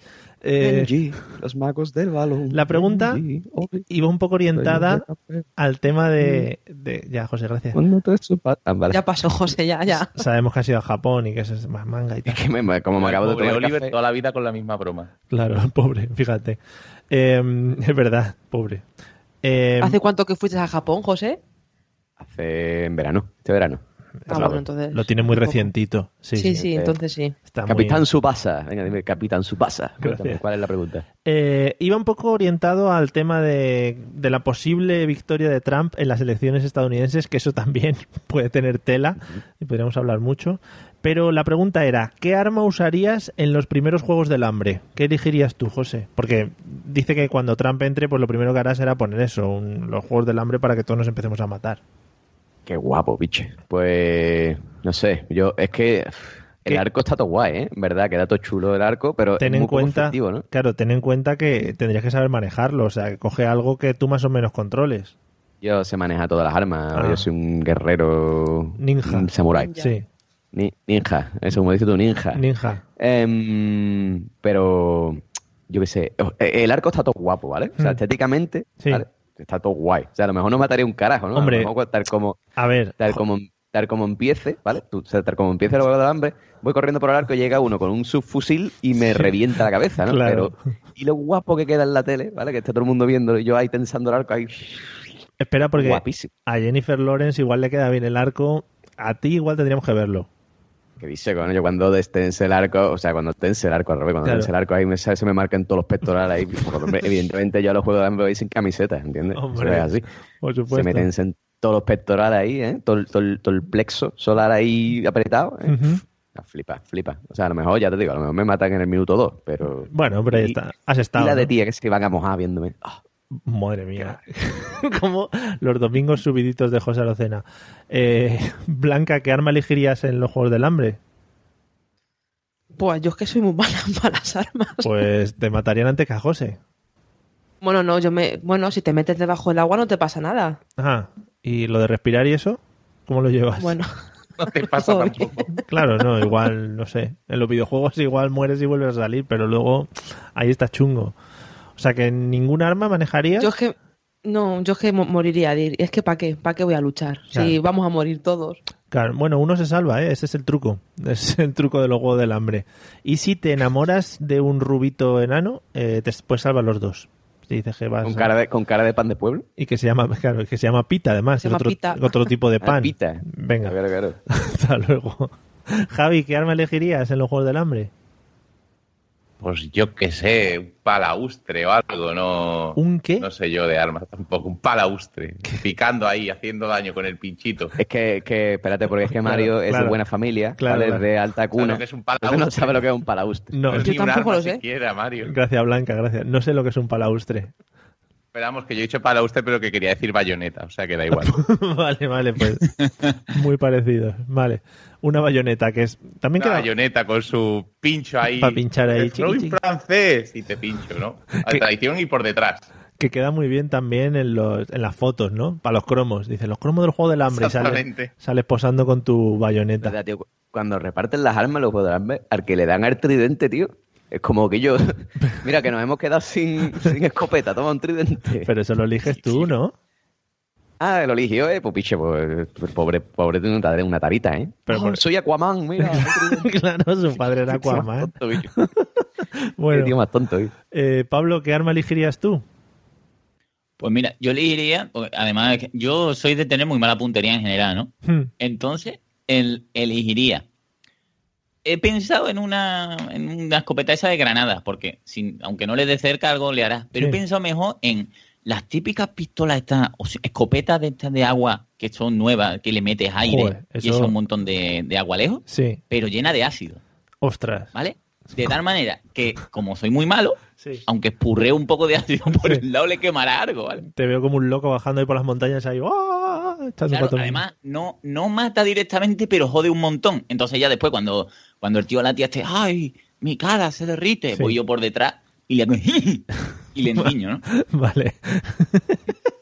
Eh, Benji, los magos del balón. La pregunta Benji, Oli- iba un poco orientada Soy un café. al tema de, Mm. de- Ya, José, gracias. Cuando te chupas- Ah, vale. Ya pasó, José, ya, ya. Sabemos que ha sido a Japón y que eso es más manga y tal. Que me- como me acabo de Pobre tomar Oliver café. toda la vida con la misma broma. Claro, [laughs] pobre, fíjate. Eh, es verdad, pobre. Eh, ¿Hace cuánto que fuiste a Japón, José? Hace en verano, este verano. Ah, bueno, entonces. lo tiene muy recientito. Sí, Sí, sí. sí, entonces sí. Está muy bien. Capitán Subasa. Venga, dime, Capitán Subasa. Gracias. Cuéntame, ¿Cuál es la pregunta? Eh, iba un poco orientado al tema de, de la posible victoria de Trump en las elecciones estadounidenses, que eso también [laughs] puede tener tela y podríamos hablar mucho. Pero la pregunta era, ¿qué arma usarías en los primeros Juegos del Hambre? ¿Qué elegirías tú, José? Porque dice que cuando Trump entre, pues lo primero que hará será poner eso, un- los Juegos del Hambre para que todos nos empecemos a matar. Qué guapo, biche. Pues no sé, yo es que uf, el ¿Qué? arco está todo guay, ¿eh? En ¿Verdad? Queda todo chulo el arco, pero Ten es en muy poco cuenta, efectivo, ¿no? claro, ten en cuenta que tendrías que saber manejarlo, o sea, que coge algo que tú más o menos controles. Yo sé manejar todas las armas. Ah. Yo soy un guerrero. Ninja. Un samurái. Sí, Ni- ninja. Eso, como dices tú, ninja. ninja. Em, pero. Yo qué sé. o- eh, El arco está todo guapo, ¿vale? O sea, Mm. estéticamente. Sí. ¿vale? Está todo guay. O sea, a lo mejor no mataría un carajo, ¿no? Hombre. A lo mejor pues, tal como, A ver, tal como, tal como empiece, ¿vale? Tú, o sea, tal como empiece el juego del hambre, voy corriendo por el arco y llega uno con un subfusil y me revienta la cabeza, ¿no? Claro. Pero, y lo guapo que queda en la tele, ¿vale? Que está todo el mundo viéndolo y yo ahí tensando el arco ahí. Espera, porque Guapísimo. a Jennifer Lawrence igual le queda bien el arco. A ti igual tendríamos que verlo. Que dice, coño, yo cuando destense el arco, o sea, cuando tense el arco al revés, cuando Claro. tense el arco ahí me, sale- se me marcan todos los pectorales pues, ahí. Porque, hombre, evidentemente yo a los juegos de hambre voy sin camisetas, ¿entiendes? Eso Hombre, es así. Por Se supuesto. me tensen todos los pectorales ahí, ¿eh? todo, el- todo el- todo el plexo solar ahí apretado. ¿eh? Ujú. Flipa, flipa. O sea, a lo mejor, ya te digo, a lo mejor me matan en el minuto 2, pero... Bueno, pero ahí Y- está. Has Y estado. la de ¿no? tía que se van a mojar viéndome. Ah, Madre mía. [laughs] Como los domingos subiditos de José Arocena. Eh, Blanca, ¿qué arma elegirías en los Juegos del [laughs] Hambre? Pues yo es que soy muy mala [laughs] para las armas. Pues te matarían antes que a José. Bueno, no, yo me. Bueno, si te metes debajo del agua no te pasa nada. Ah, ¿y lo de respirar y eso? ¿Cómo lo llevas? Bueno. No te pasa [laughs] Claro, no, igual, no sé. En los videojuegos igual mueres y vuelves a salir, pero luego ahí está chungo. O sea que ningún arma manejarías. Yo es que. No, yo es que mo- moriría. dir- Es que ¿para qué? ¿Para qué voy a luchar? Si Claro. vamos a morir todos. Claro, bueno, uno se salva, ¿eh? ese es el truco. [laughs] Es el truco del juego del hambre. Y si te enamoras de un rubito enano, eh, te puedes salvar los dos. Si dices que vas con, a- cara de, con cara de pan de pueblo. Y que se llama, [laughs] claro, que se llama pita además, Se es llama otro, pita. otro tipo [laughs] de Ah, pan. pita. Venga. Claro, claro. [laughs] Hasta luego. Javi, ¿qué arma elegirías en los Juegos del Hambre? Pues yo qué sé, un palaustre o algo, no. ¿Un qué? No sé yo de armas tampoco, un palaustre. Picando ahí, haciendo daño con el pinchito. Es que, que, espérate, porque es que [laughs] Claro, Mario es claro. de buena familia, Claro, ¿vale? claro. de alta cuna. Sabe lo que es un palaustre. Entonces No sabe lo que es un palaustre. No, Ni un arma siquiera, Mario. [laughs] Gracias, Blanca, gracias. No sé lo que es un palaustre. [laughs] Esperamos que yo he dicho palaustre, pero que quería decir bayoneta, o sea que [laughs] da igual. vale, vale, pues. Muy parecido. Vale. Una bayoneta, que es. También Una queda. bayoneta con su pincho ahí. Pa' pinchar ahí, El Freud chiqui, chiqui. francés y te pincho, [laughs] ¿no? A traición y por detrás. que queda muy bien también en, los, en las fotos, ¿no? Para los cromos. Dice, los cromos del juego del hambre. y Sales, Exactamente. sales posando con tu bayoneta. Verdad, tío, cu- cuando reparten las armas, lo podrán ver. Al que le dan el tridente, tío. Es como que yo. [laughs] Mira, que nos hemos quedado sin, sin escopeta. Toma un tridente. Pero eso lo eliges tú, ¿no? [laughs] Ah, lo eligió, eh. Pues piche, pues, pobre, pobre, tiene una- una tarita, eh. Pero Ah, por- Soy Aquaman, mira. claro, su padre [laughs] era Qué tío más Aquaman. tonto, bicho. [laughs] Bueno. Qué tío más tonto, bicho. Eh, Pablo, ¿qué arma elegirías tú? Pues mira, yo le diría, porque además es que yo soy de tener muy mala puntería en general, ¿no? Hmm. Entonces, el, elegiría. He pensado en una, en una escopeta esa de granadas, porque sin, aunque no le dé cerca algo le hará. Pero Sí. he pensado mejor en las típicas pistolas estas, o sea, escopetas de estas de agua que son nuevas, que le metes aire Joder, y eso- eso un montón de, de agua lejos, Sí. pero llena de ácido, Ostras. ¿vale? De tal manera que, como soy muy malo, Sí. aunque espurreo un poco de ácido por el lado, le quemará algo, ¿vale? Te veo como un loco bajando ahí por las montañas ahí. ¡ah! Echando Claro, pa' todo el mundo. además no, no mata directamente, pero jode un montón. Entonces ya después cuando, cuando el tío a la tía esté, ay, mi cara se derrite, Sí. voy yo por detrás y [laughs] le, y [laughs] le enguiño, ¿no? [laughs] Vale.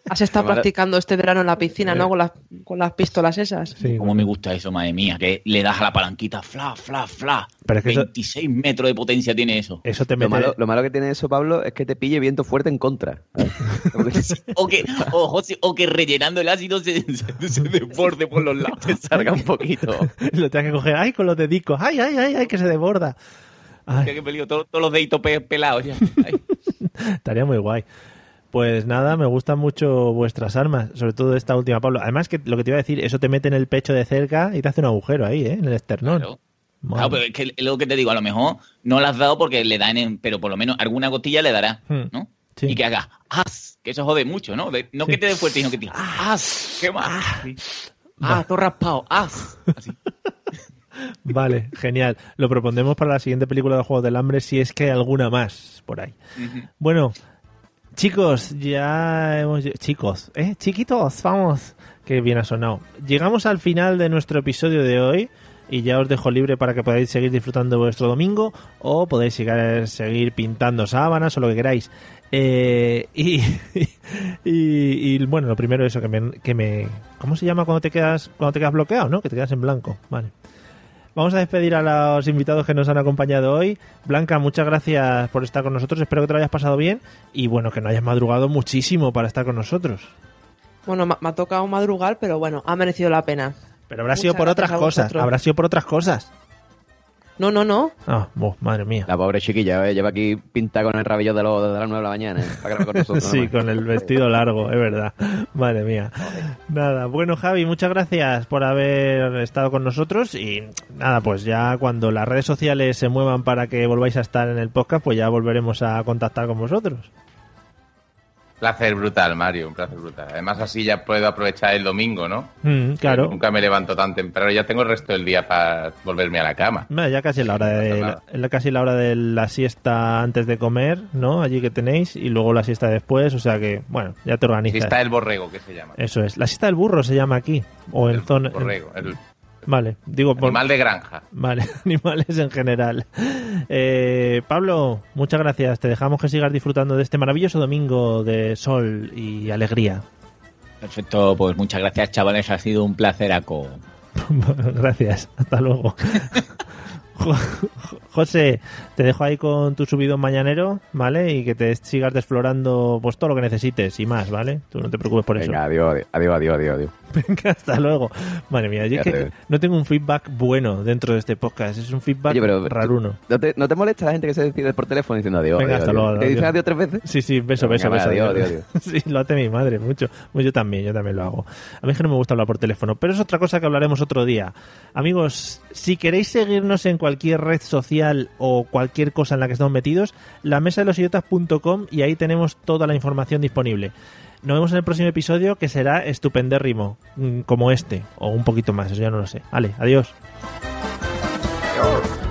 Has estado Vale. practicando este verano en la piscina, ¿no? Con las, con las pistolas esas. Como me gusta eso, madre mía, que le das a la palanquita, fla, fla, fla. Pero es que eso- 26 metros de potencia tiene eso. Eso te Lo mete. malo, lo malo que tiene eso, Pablo, es que te pille viento fuerte en contra. [laughs] O que, o, José, o que rellenando el ácido se, se, se desborde por los lados, se salga un poquito. [laughs] lo tienes que coger. ¡Ay, con los dedicos! ¡Ay, ay, ay, ay! Que se desborda. Ay. Que peligro, todos, todos los deditos pe- pelados ya. [laughs] Estaría muy guay. Pues nada, me gustan mucho vuestras armas, sobre todo esta última, Pablo. Además, que lo que te iba a decir, eso te mete en el pecho de cerca y te hace un agujero ahí, ¿eh? En el esternón. Madre. Claro, pero es que es lo que te digo, a lo mejor no las has dado porque le dan, en- pero por lo menos alguna costilla le dará, Hmm. ¿no? Sí. Y que haga as, que eso jode mucho, ¿no? De- no Sí. que te dé fuerte, sino que te diga as, ¿qué más? Sí. Ah, todo raspado, as. Vale, genial. Lo propondremos para la siguiente película de Juegos del Hambre si es que hay alguna más por ahí. Bueno, chicos, ya hemos... lle- Chicos, ¿eh? Chiquitos, vamos. Qué bien ha sonado. Llegamos al final de nuestro episodio de hoy y ya os dejo libre para que podáis seguir disfrutando vuestro domingo o podéis llegar- seguir pintando sábanas o lo que queráis. Eh, y, [laughs] y, y, bueno, lo primero eso, que me, que me... ¿Cómo se llama cuando te quedas cuando te quedas bloqueado, no? Que te quedas en blanco. Vale. Vamos a despedir a los invitados que nos han acompañado hoy. Blanca, muchas gracias por estar con nosotros. Espero que te lo hayas pasado bien y bueno, que no hayas madrugado muchísimo para estar con nosotros. Bueno, ma- me ha tocado madrugar, pero bueno, ha merecido la pena. Pero habrá sido por otras cosas. Habrá sido por otras cosas. No, no, no. Ah, bo, madre mía. La pobre chiquilla, eh, lleva aquí pinta con el rabillo de, los de las 9 de la mañana. eh, para que la con [laughs] nosotros, sí, nada más. con el vestido largo, es verdad. Madre mía. Nada, bueno Javi, muchas gracias por haber estado con nosotros y nada, pues ya cuando las redes sociales se muevan para que volváis a estar en el podcast, pues ya volveremos a contactar con vosotros. placer brutal, Mario, un placer brutal. Además, así ya puedo aprovechar el domingo, ¿no? Mm, claro. Nunca me levanto tan temprano, ya tengo el resto del día para volverme a la cama. Mira, ya casi la hora de la, la- casi la hora de la siesta antes de comer, ¿no? Allí que tenéis y luego la siesta después, o sea que bueno, ya te Si organizas. está el borrego, que se llama. Eso es. La siesta del burro se llama aquí o en zona. en- Borrego, el Vale, digo por animal de granja. Vale, [laughs] animales en general. Eh, Pablo, muchas gracias. Te dejamos que sigas disfrutando de este maravilloso domingo de sol y alegría. Perfecto, pues muchas gracias, chavales. Ha sido un placeraco. Gracias, hasta [laughs] luego. Jo- José, te dejo ahí con tu subido mañanero, ¿vale? Y que te sigas desflorando pues todo lo que necesites y más, ¿¿vale? Tú no te preocupes por Venga, eso. adiós, adiós, adiós, adiós, adiós. Venga, [laughs] hasta luego. Madre mía, yo es Ya que te- no tengo un feedback bueno dentro de este podcast. Es un feedback Oye, pero- raruno. ¿No te, ¿No te molesta la gente que se decide por teléfono diciendo adiós? Venga, adiós, hasta adiós? luego. ¿Que dices adiós tres veces? [laughs] Sí, sí, beso, beso, beso. Venga, va, adiós, beso. [laughs] adiós, Sí, lo hace mi madre, mucho. Pues Yo también, yo también lo hago. A mí es que no me gusta hablar por teléfono, pero es otra cosa que hablaremos otro día. Amigos, si queréis seguirnos en cualquier red social o cualquier cosa en la que estamos metidos, la mesa de los idiotas.com y ahí tenemos toda la información disponible. Nos vemos en el próximo episodio que será estupendérrimo, mm, como este, o un poquito más, eso ya no lo sé. Vale, adiós. adiós.